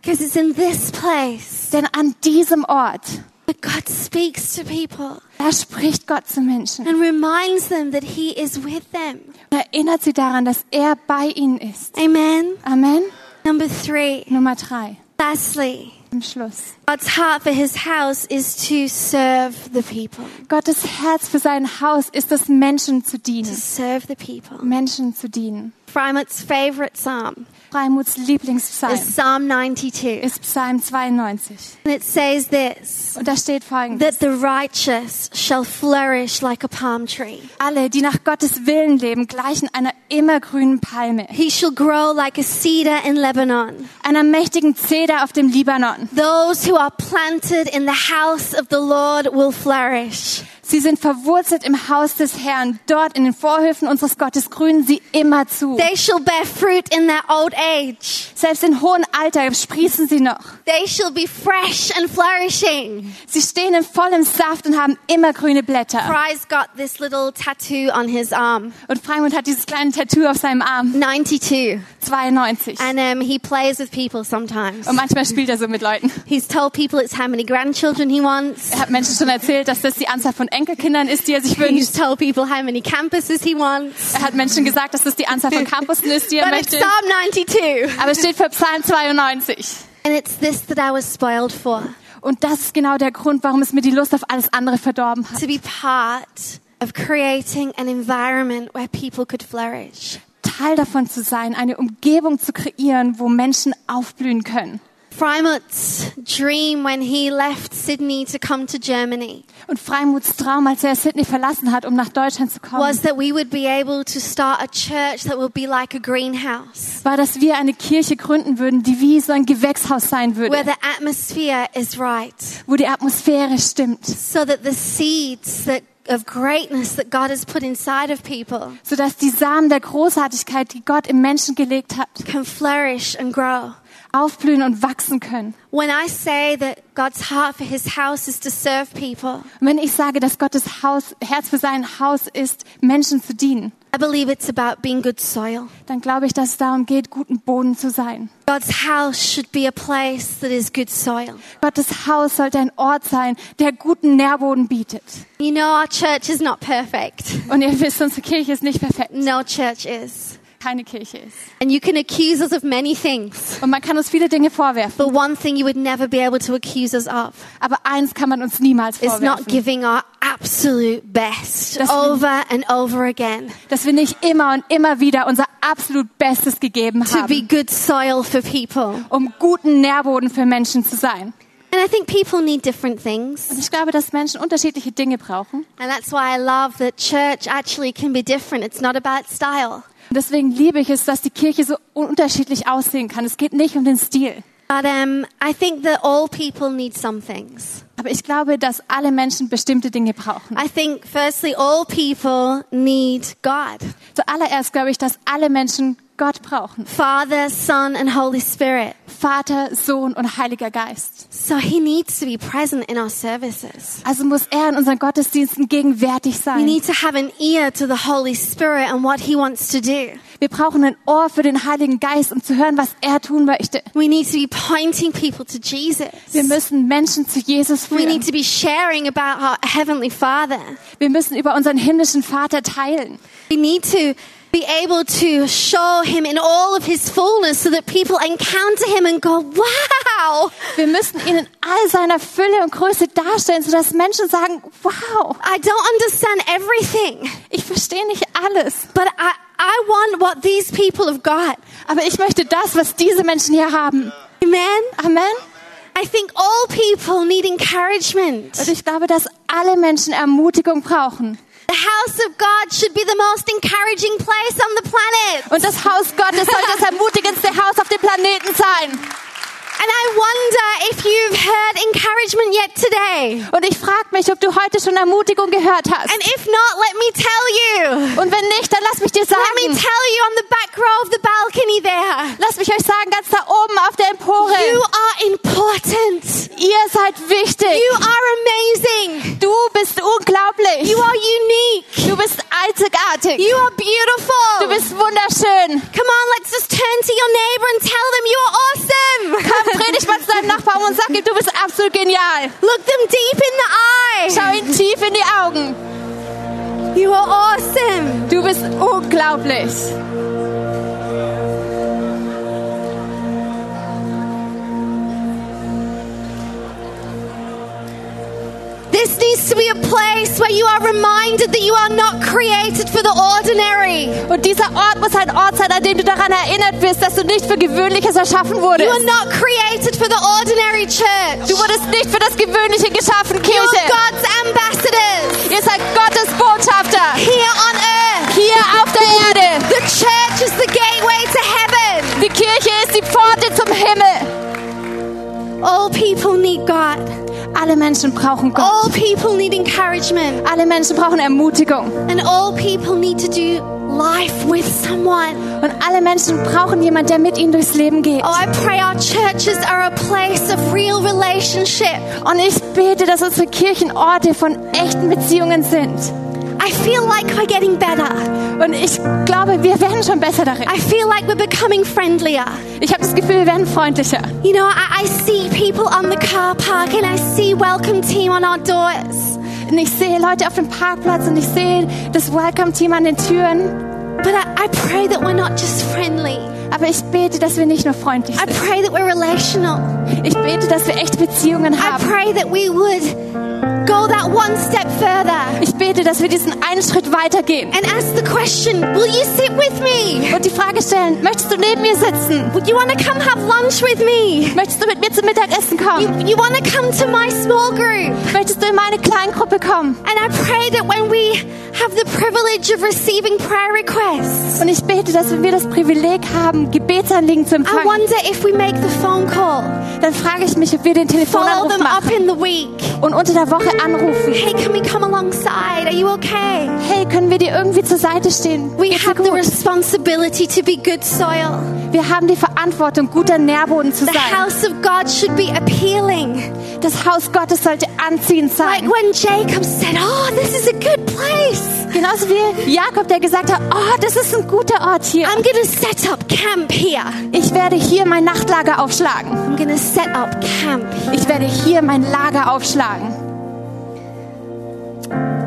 Speaker 1: Because it's in this place
Speaker 2: Denn an diesem Ort,
Speaker 1: that God speaks to people
Speaker 2: da spricht Gott zu Menschen.
Speaker 1: and reminds them that He is with them.
Speaker 2: Und erinnert sie daran, dass er bei ihnen ist.
Speaker 1: Amen.
Speaker 2: Amen.
Speaker 1: Number three,
Speaker 2: Nummer drei,
Speaker 1: lastly,
Speaker 2: am Schluss.
Speaker 1: God's heart for His house is to serve the people.
Speaker 2: Gottes Herz für sein Haus ist es, Menschen zu
Speaker 1: To
Speaker 2: dienen.
Speaker 1: serve the people.
Speaker 2: Menschen zu dienen.
Speaker 1: Freimuth's favorite psalm
Speaker 2: Freimuts
Speaker 1: is
Speaker 2: Lieblingspsalm
Speaker 1: Psalm 92.
Speaker 2: ist Psalm 92.
Speaker 1: And it says this
Speaker 2: Und da steht folgendes.
Speaker 1: that the righteous shall flourish like a palm tree.
Speaker 2: Alle, die nach Gottes Willen leben, gleichen einer immergrünen Palme,
Speaker 1: He shall grow like a cedar in Lebanon.
Speaker 2: einer mächtigen Zeder auf dem Libanon.
Speaker 1: Those who are planted in the house of the Lord will flourish.
Speaker 2: Sie sind verwurzelt im Haus des Herrn. Dort in den Vorhöfen unseres Gottes grünen sie immer zu.
Speaker 1: They shall bear fruit in their old age.
Speaker 2: Selbst in hohem Alter sprießen sie noch.
Speaker 1: They shall be fresh and flourishing.
Speaker 2: Sie stehen in vollem Saft und haben immer grüne Blätter.
Speaker 1: Fry's got this little tattoo on his arm.
Speaker 2: Und Freimund hat dieses kleine Tattoo auf seinem Arm.
Speaker 1: 92.
Speaker 2: 92.
Speaker 1: And um, he plays with people sometimes.
Speaker 2: Und manchmal spielt er so mit Leuten.
Speaker 1: He's told people it's how many grandchildren he wants.
Speaker 2: Er hat Menschen schon erzählt, dass das die Anzahl von Enkelkindern ist, die er sich wünscht.
Speaker 1: He's told people how many campuses he wants.
Speaker 2: Er hat Menschen gesagt, dass das die Anzahl von Campussen ist, die er
Speaker 1: But it's
Speaker 2: möchte.
Speaker 1: Psalm 92.
Speaker 2: Aber es steht für Psalm 92.
Speaker 1: And it's this that I was spoiled for
Speaker 2: Und das ist genau der Grund, warum es mir die Lust auf alles andere verdorben hat.
Speaker 1: to be part of creating an environment where people could flourish.
Speaker 2: Teil davon zu sein, eine Umgebung zu kreieren, wo Menschen aufblühen können.
Speaker 1: Freimut's dream when he left Sydney to come to Germany
Speaker 2: Und Freimuts Traum, als er Sydney verlassen hat, um nach Deutschland zu kommen,
Speaker 1: was that we would be able to start a church that would be like a greenhouse,
Speaker 2: war, dass wir eine Kirche gründen würden, die wie so ein Gewächshaus sein
Speaker 1: where
Speaker 2: würde,
Speaker 1: the atmosphere is right,
Speaker 2: wo die Atmosphäre stimmt,
Speaker 1: so that the seeds that of greatness that God has put inside of people
Speaker 2: sodass die Samen der Großartigkeit, die Gott im Menschen gelegt hat,
Speaker 1: can flourish and grow.
Speaker 2: aufblühen und wachsen können.
Speaker 1: When I say that God's heart for his house is to serve people,
Speaker 2: Und wenn ich sage, dass Gottes Haus, Herz für sein Haus ist, Menschen zu dienen,
Speaker 1: I believe it's about being good soil.
Speaker 2: dann glaube ich, dass es darum geht, guten Boden zu sein.
Speaker 1: God's house should be a place that is good soil.
Speaker 2: Gottes Haus sollte ein Ort sein, der guten Nährboden bietet.
Speaker 1: You know, our church is not perfect.
Speaker 2: Und ihr wisst, unsere Kirche ist nicht perfekt.
Speaker 1: No church is.
Speaker 2: Keine Kirche ist.
Speaker 1: And you can accuse us of many things,
Speaker 2: Und man kann uns viele Dinge vorwerfen.
Speaker 1: but one thing you would never be able to accuse us of
Speaker 2: Aber eins kann man uns niemals
Speaker 1: is not
Speaker 2: vorwerfen.
Speaker 1: giving our absolute best
Speaker 2: That's-
Speaker 1: over and over again
Speaker 2: Dass wir nicht immer und immer wieder unser absolut Bestes gegeben
Speaker 1: to be
Speaker 2: haben,
Speaker 1: good soil for people. And
Speaker 2: um guten Nährboden für Menschen zu sein.
Speaker 1: I think people need different things.
Speaker 2: Und Also ich glaube, dass Menschen unterschiedliche Dinge brauchen.
Speaker 1: And that's why I love that church actually can be different. It's not about style.
Speaker 2: Und deswegen liebe ich es, dass die Kirche so unterschiedlich aussehen kann. Es geht nicht um den Stil.
Speaker 1: But um, I think that all people need some things.
Speaker 2: Aber ich glaube, dass alle Menschen bestimmte Dinge brauchen.
Speaker 1: I think, firstly, all people need God
Speaker 2: Zuallererst glaube ich, dass alle Menschen Gott brauchen.
Speaker 1: Father, Son, and Holy Spirit.
Speaker 2: Vater, Sohn und Heiliger Geist.
Speaker 1: So he needs to be present in our services.
Speaker 2: Also muss er in unseren Gottesdiensten gegenwärtig
Speaker 1: We
Speaker 2: sein.
Speaker 1: need to have an ear to the Holy Spirit and what he wants to do.
Speaker 2: Wir brauchen ein Ohr für den Heiligen Geist, um zu hören, was er tun möchte.
Speaker 1: We need to be pointing people to Jesus.
Speaker 2: Wir müssen Menschen zu Jesus
Speaker 1: We need
Speaker 2: führen.
Speaker 1: to be sharing about our Heavenly Father.
Speaker 2: Wir müssen über unseren himmlischen Vater teilen.
Speaker 1: We need to be able to show him in all of his fullness so that people encounter him and go, wow,
Speaker 2: Wir müssen ihn in all seiner Fülle und Größe darstellen, sodass Menschen sagen, wow,
Speaker 1: I don't understand everything,
Speaker 2: ich verstehe nicht alles,
Speaker 1: but I, I want what these people have got.
Speaker 2: aber ich möchte das, was diese Menschen hier haben.
Speaker 1: Amen.
Speaker 2: Amen.
Speaker 1: I think all people need encouragement.
Speaker 2: Und ich glaube, dass alle Menschen Ermutigung brauchen.
Speaker 1: The house of God should be the most encouraging place on the planet.
Speaker 2: Und das Haus Gottes soll das ermutigendste Haus auf dem Planeten sein.
Speaker 1: And I wonder if you've heard encouragement yet today.
Speaker 2: Und ich frage mich, ob du heute schon Ermutigung gehört hast.
Speaker 1: And if not, let me tell you.
Speaker 2: Und wenn nicht, dann lass mich dir
Speaker 1: Let me tell
Speaker 2: sagen,
Speaker 1: you on the back row of the balcony there.
Speaker 2: lass mich euch sagen, ganz da oben auf der Empore,
Speaker 1: You are important.
Speaker 2: ihr seid wichtig.
Speaker 1: You are amazing.
Speaker 2: Du bist unglaublich.
Speaker 1: You are unique.
Speaker 2: Du bist einzigartig.
Speaker 1: You are beautiful.
Speaker 2: Du bist wunderschön.
Speaker 1: Come on, let's just turn to your neighbor and tell them you are awesome.
Speaker 2: Komm, dreh dich mal zu deinem Nachbarn und sag ihm, du bist absolut genial.
Speaker 1: Look them deep in the
Speaker 2: Schau
Speaker 1: eye.
Speaker 2: ihn tief in die Augen.
Speaker 1: You are awesome.
Speaker 2: Du bist unglaublich.
Speaker 1: This needs to be a place where you are reminded that you are not created for the ordinary.
Speaker 2: Und dieser Ort muss ein Ort sein, an dem du daran erinnert wirst, dass du nicht für Gewöhnliches erschaffen
Speaker 1: You are
Speaker 2: wurdest.
Speaker 1: not created for the ordinary church.
Speaker 2: Du wurdest nicht für das Gewöhnliche geschaffen,
Speaker 1: You
Speaker 2: Kirche.
Speaker 1: are God's ambassadors
Speaker 2: Ihr seid Gottes Botschafter.
Speaker 1: here on earth.
Speaker 2: Hier auf der Erde.
Speaker 1: The church is the gateway to heaven.
Speaker 2: Die Kirche ist die Pforte zum Himmel.
Speaker 1: All people need God.
Speaker 2: Alle Menschen brauchen Gott.
Speaker 1: All people need encouragement,
Speaker 2: Alle Menschen brauchen Ermutigung.
Speaker 1: and all people need to do life with someone.
Speaker 2: Und alle Menschen brauchen jemanden, der mit ihnen durchs Leben geht.
Speaker 1: Oh, I pray our churches are a place of real relationship.
Speaker 2: Und ich bete, dass unsere Kirchen Orte von echten Beziehungen sind.
Speaker 1: I feel like we're getting better.
Speaker 2: Und ich glaube, wir werden schon besser darin.
Speaker 1: I feel like we're becoming friendlier.
Speaker 2: Ich habe das Gefühl, wir werden freundlicher.
Speaker 1: You know, I, I see people on the car park and I see welcome team on our doors.
Speaker 2: Und ich sehe Leute auf dem Parkplatz und ich sehe das Welcome-Team an den Türen.
Speaker 1: But I, I pray that we're not just friendly.
Speaker 2: Aber ich bete, dass wir nicht nur freundlich
Speaker 1: I
Speaker 2: sind.
Speaker 1: pray that we're relational.
Speaker 2: Ich bete, dass wir echte Beziehungen
Speaker 1: I
Speaker 2: haben.
Speaker 1: pray that we would go that one step further
Speaker 2: Ich bete, dass wir diesen einen Schritt weitergehen
Speaker 1: and ask the question, will you sit with me?
Speaker 2: und die Frage stellen, möchtest du neben mir sitzen?
Speaker 1: Would you want to come have lunch with me?
Speaker 2: Möchtest du mit mir zum Mittagessen
Speaker 1: You,
Speaker 2: kommen?
Speaker 1: you want to come to my small group?
Speaker 2: Möchtest du in meine Kleingruppe kommen?
Speaker 1: And I pray that when we have the privilege of receiving prayer requests,
Speaker 2: Und ich bete, dass wenn wir das Privileg haben, Gebetsanliegen zu
Speaker 1: I
Speaker 2: empfangen,
Speaker 1: wonder if we make the phone call,
Speaker 2: dann frage ich mich, ob wir den
Speaker 1: follow
Speaker 2: Telefonanruf
Speaker 1: them up
Speaker 2: machen
Speaker 1: in the week.
Speaker 2: und unter der Woche anrufen.
Speaker 1: Hey, can we come alongside? Are you okay?
Speaker 2: Hey, können wir dir irgendwie zur Seite stehen?
Speaker 1: We
Speaker 2: Geht's dir
Speaker 1: have the
Speaker 2: gut?
Speaker 1: responsibility to be good soil.
Speaker 2: Wir haben die Verantwortung, guter Nährboden zu
Speaker 1: The
Speaker 2: sein.
Speaker 1: house of God should be appealing.
Speaker 2: Das Haus Gottes sollte anziehend
Speaker 1: Like
Speaker 2: sein.
Speaker 1: when Jacob said, Oh, this is a good place.
Speaker 2: Genauso wie Jakob, der gesagt hat, oh, das ist ein guter Ort hier.
Speaker 1: I'm going to set up camp here.
Speaker 2: Ich werde hier mein Nachtlager aufschlagen.
Speaker 1: I'm going to set up camp. here."
Speaker 2: Ich werde hier mein Lager aufschlagen.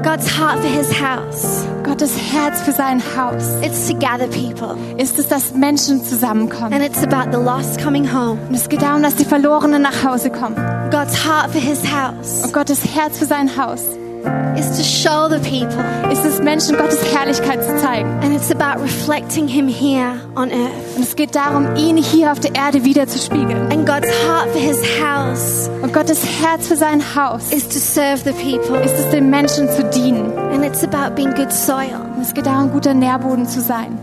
Speaker 1: God's heart for his house.
Speaker 2: Gottes Herz für sein Haus
Speaker 1: It's to gather people.
Speaker 2: ist es, dass Menschen zusammenkommen.
Speaker 1: And it's about the lost coming home.
Speaker 2: Und es geht darum, dass die Verlorenen nach Hause kommen.
Speaker 1: God's heart for his house
Speaker 2: Und Gottes Herz für sein Haus
Speaker 1: is to show the people.
Speaker 2: ist es, Menschen Gottes Herrlichkeit zu zeigen.
Speaker 1: And it's about reflecting him here on earth.
Speaker 2: Und es geht darum, ihn hier auf der Erde wieder zu spiegeln.
Speaker 1: And God's heart for his house
Speaker 2: Und Gottes Herz für sein Haus
Speaker 1: is to serve the people.
Speaker 2: ist es, den Menschen zu dienen.
Speaker 1: And it's about being good soil.
Speaker 2: Und es geht darum, guter Nährboden zu sein.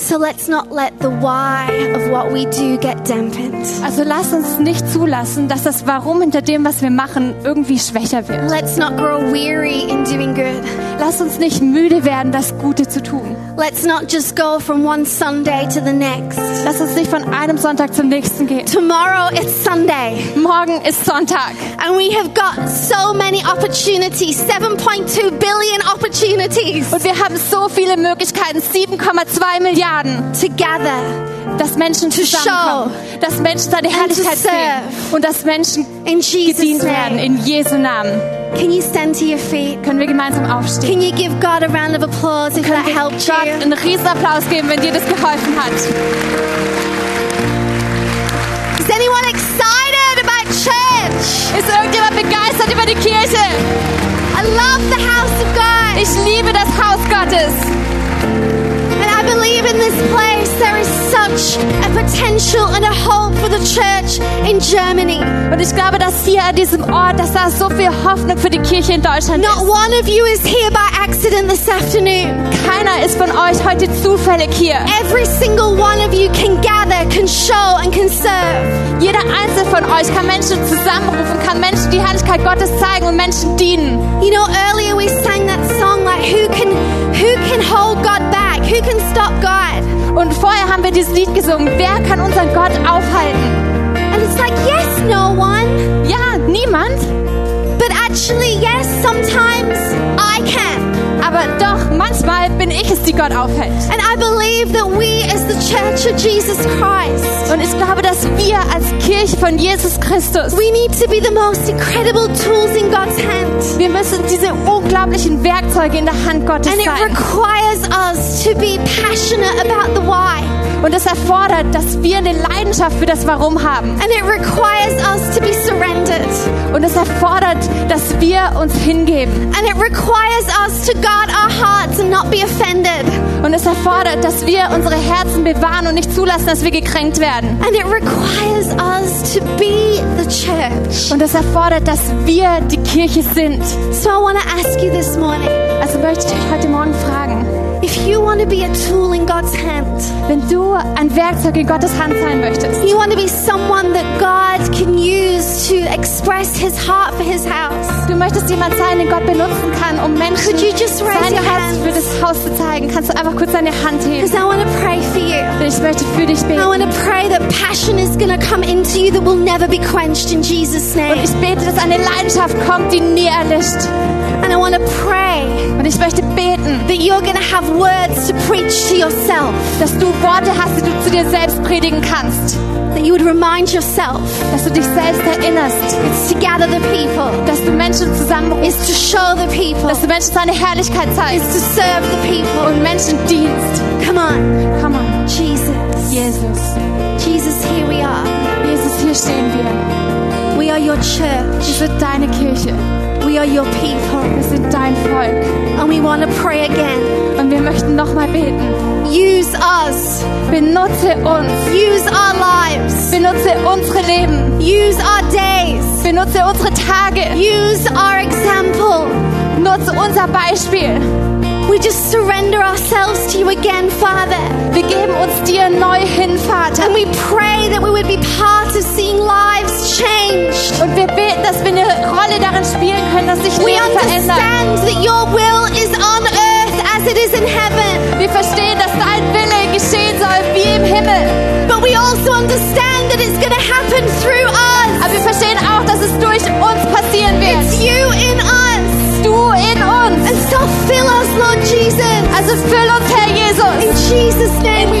Speaker 1: So let's not let the why of what we do get dampened.
Speaker 2: Also lasst uns nicht zulassen, dass das Warum hinter dem, was wir machen, irgendwie schwächer wird.
Speaker 1: Let's not grow weary in doing good.
Speaker 2: Lasst uns nicht müde werden, das Gute zu tun.
Speaker 1: Let's not just go from one Sunday to the next.
Speaker 2: Lasst uns nicht von einem Sonntag zum nächsten gehen.
Speaker 1: Tomorrow it's Sunday,
Speaker 2: Morgen ist Sonntag.
Speaker 1: and we have got so many opportunities 7.2 billion opportunities
Speaker 2: Und wir haben so viele Möglichkeiten, 7,2 Milliarden,
Speaker 1: to gather.
Speaker 2: dass Menschen
Speaker 1: To
Speaker 2: zusammenkommen, dass Menschen seine Herrlichkeit sehen
Speaker 1: serve.
Speaker 2: und dass Menschen
Speaker 1: In Jesus'
Speaker 2: gedient werden.
Speaker 1: name,
Speaker 2: In Jesu Namen
Speaker 1: can you stand to your feet?
Speaker 2: können wir gemeinsam aufstehen.
Speaker 1: Can you give God a round of applause if
Speaker 2: Können
Speaker 1: that
Speaker 2: wir
Speaker 1: helped
Speaker 2: Gott
Speaker 1: you?
Speaker 2: einen Riesenapplaus geben, wenn dir das geholfen hat.
Speaker 1: Is anyone excited about church?
Speaker 2: Ist irgendjemand begeistert über die Kirche?
Speaker 1: I love the house of God,
Speaker 2: Ich liebe das Haus Gottes.
Speaker 1: and I believe in this place there is such a potential and a hope for the church in Germany.
Speaker 2: Und ich glaube, dass hier an diesem Ort, dass da so viel Hoffnung für die Kirche in Deutschland
Speaker 1: Not
Speaker 2: ist.
Speaker 1: one of you is here by accident this afternoon.
Speaker 2: Keiner ist von euch heute zufällig hier.
Speaker 1: Every single one of you can gather, can show, and can serve.
Speaker 2: Jeder einzelne von euch kann Menschen zusammenrufen, kann Menschen die Herrlichkeit Gottes zeigen und Menschen dienen.
Speaker 1: You know, earlier we sang that song like who can who can hold God back? Who can stop God?
Speaker 2: Und vorher haben wir dieses Lied gesungen. Wer kann unseren Gott aufhalten?
Speaker 1: And it's like, yes, no one.
Speaker 2: Ja, niemand.
Speaker 1: But actually, yes, sometimes I can.
Speaker 2: Aber doch, manchmal bin ich es, die Gott aufhält.
Speaker 1: And I believe that we as the church of Jesus Christ,
Speaker 2: Und ich glaube, dass wir als Kirche von Jesus Christus
Speaker 1: we need to be the most incredible tools in God's hand.
Speaker 2: Wir müssen diese unglaublichen Werkzeuge in der Hand Gottes
Speaker 1: And it
Speaker 2: sein.
Speaker 1: requires us to be passionate about the why.
Speaker 2: Und es erfordert, dass wir eine Leidenschaft für das Warum haben.
Speaker 1: And it requires us to be surrendered.
Speaker 2: Und es erfordert, dass wir uns hingeben.
Speaker 1: And it requires us to guard our hearts and not be offended.
Speaker 2: Und es erfordert, dass wir unsere Herzen bewahren und nicht zulassen, dass wir gekränkt werden.
Speaker 1: And it requires us to be the church.
Speaker 2: Und es erfordert, dass wir die Kirche sind.
Speaker 1: So I want to ask you this morning
Speaker 2: Also möchte ich euch heute Morgen fragen,
Speaker 1: If you want to be a tool in God's hand,
Speaker 2: Wenn du ein Werkzeug in Gottes Hand sein möchtest,
Speaker 1: you want to be someone that God can use to express his heart for his house,
Speaker 2: du möchtest jemand sein, den Gott benutzen kann, um Menschen
Speaker 1: Could you just raise
Speaker 2: sein
Speaker 1: your
Speaker 2: Herz
Speaker 1: hands?
Speaker 2: für das Haus zu zeigen, kannst du einfach kurz deine Hand heben.
Speaker 1: because I want to pray for you.
Speaker 2: Denn Ich möchte für dich
Speaker 1: I
Speaker 2: beten.
Speaker 1: want to pray that passion is going to come into you that will never be quenched in Jesus'
Speaker 2: Und
Speaker 1: name.
Speaker 2: ich bete, dass eine Leidenschaft kommt, die nie erlischt.
Speaker 1: And I want to pray
Speaker 2: Und ich möchte beten,
Speaker 1: that you're going to have words to preach to yourself,
Speaker 2: dass du Worte hast, die du zu dir selbst predigen kannst.
Speaker 1: that you would remind yourself
Speaker 2: Dass du dich selbst erinnerst.
Speaker 1: it's to gather the people,
Speaker 2: Dass du Menschen zusammenrufst.
Speaker 1: it's to show the people,
Speaker 2: Dass du Menschen seine Herrlichkeit
Speaker 1: it's
Speaker 2: zeigst.
Speaker 1: to serve the people.
Speaker 2: Und Menschen dienst.
Speaker 1: Come on,
Speaker 2: Komm on.
Speaker 1: Jesus.
Speaker 2: Jesus.
Speaker 1: Jesus, here we are.
Speaker 2: Jesus, hier stehen wir.
Speaker 1: We are your church.
Speaker 2: Wir sind deine Kirche.
Speaker 1: We are your people.
Speaker 2: Wir sind dein Volk.
Speaker 1: And we want to pray again.
Speaker 2: Und wir möchten nochmal beten.
Speaker 1: Use us.
Speaker 2: Benutze uns.
Speaker 1: Use our lives.
Speaker 2: Benutze unsere Leben.
Speaker 1: Use our days.
Speaker 2: Benutze unsere Tage.
Speaker 1: Use our example.
Speaker 2: Nutze unser Beispiel.
Speaker 1: We just surrender ourselves to you again, Father.
Speaker 2: Wir geben uns dir neu hin, Vater.
Speaker 1: And we pray that we would be part of seeing lives changed.
Speaker 2: Und wir beten, dass wir eine Rolle darin spielen können, dass sich
Speaker 1: We
Speaker 2: Leben verändert.
Speaker 1: understand that your will is on earth as it is in heaven.
Speaker 2: Wir verstehen, dass dein Wille geschehen soll wie im Himmel.
Speaker 1: But we also understand that it's going to happen through us.
Speaker 2: Aber wir verstehen auch, dass es durch uns passieren
Speaker 1: It's
Speaker 2: wird.
Speaker 1: you in us.
Speaker 2: Du in uns.
Speaker 1: And so fill us, Lord Jesus.
Speaker 2: Also füll uns, Herr Jesus.
Speaker 1: In Jesus' name we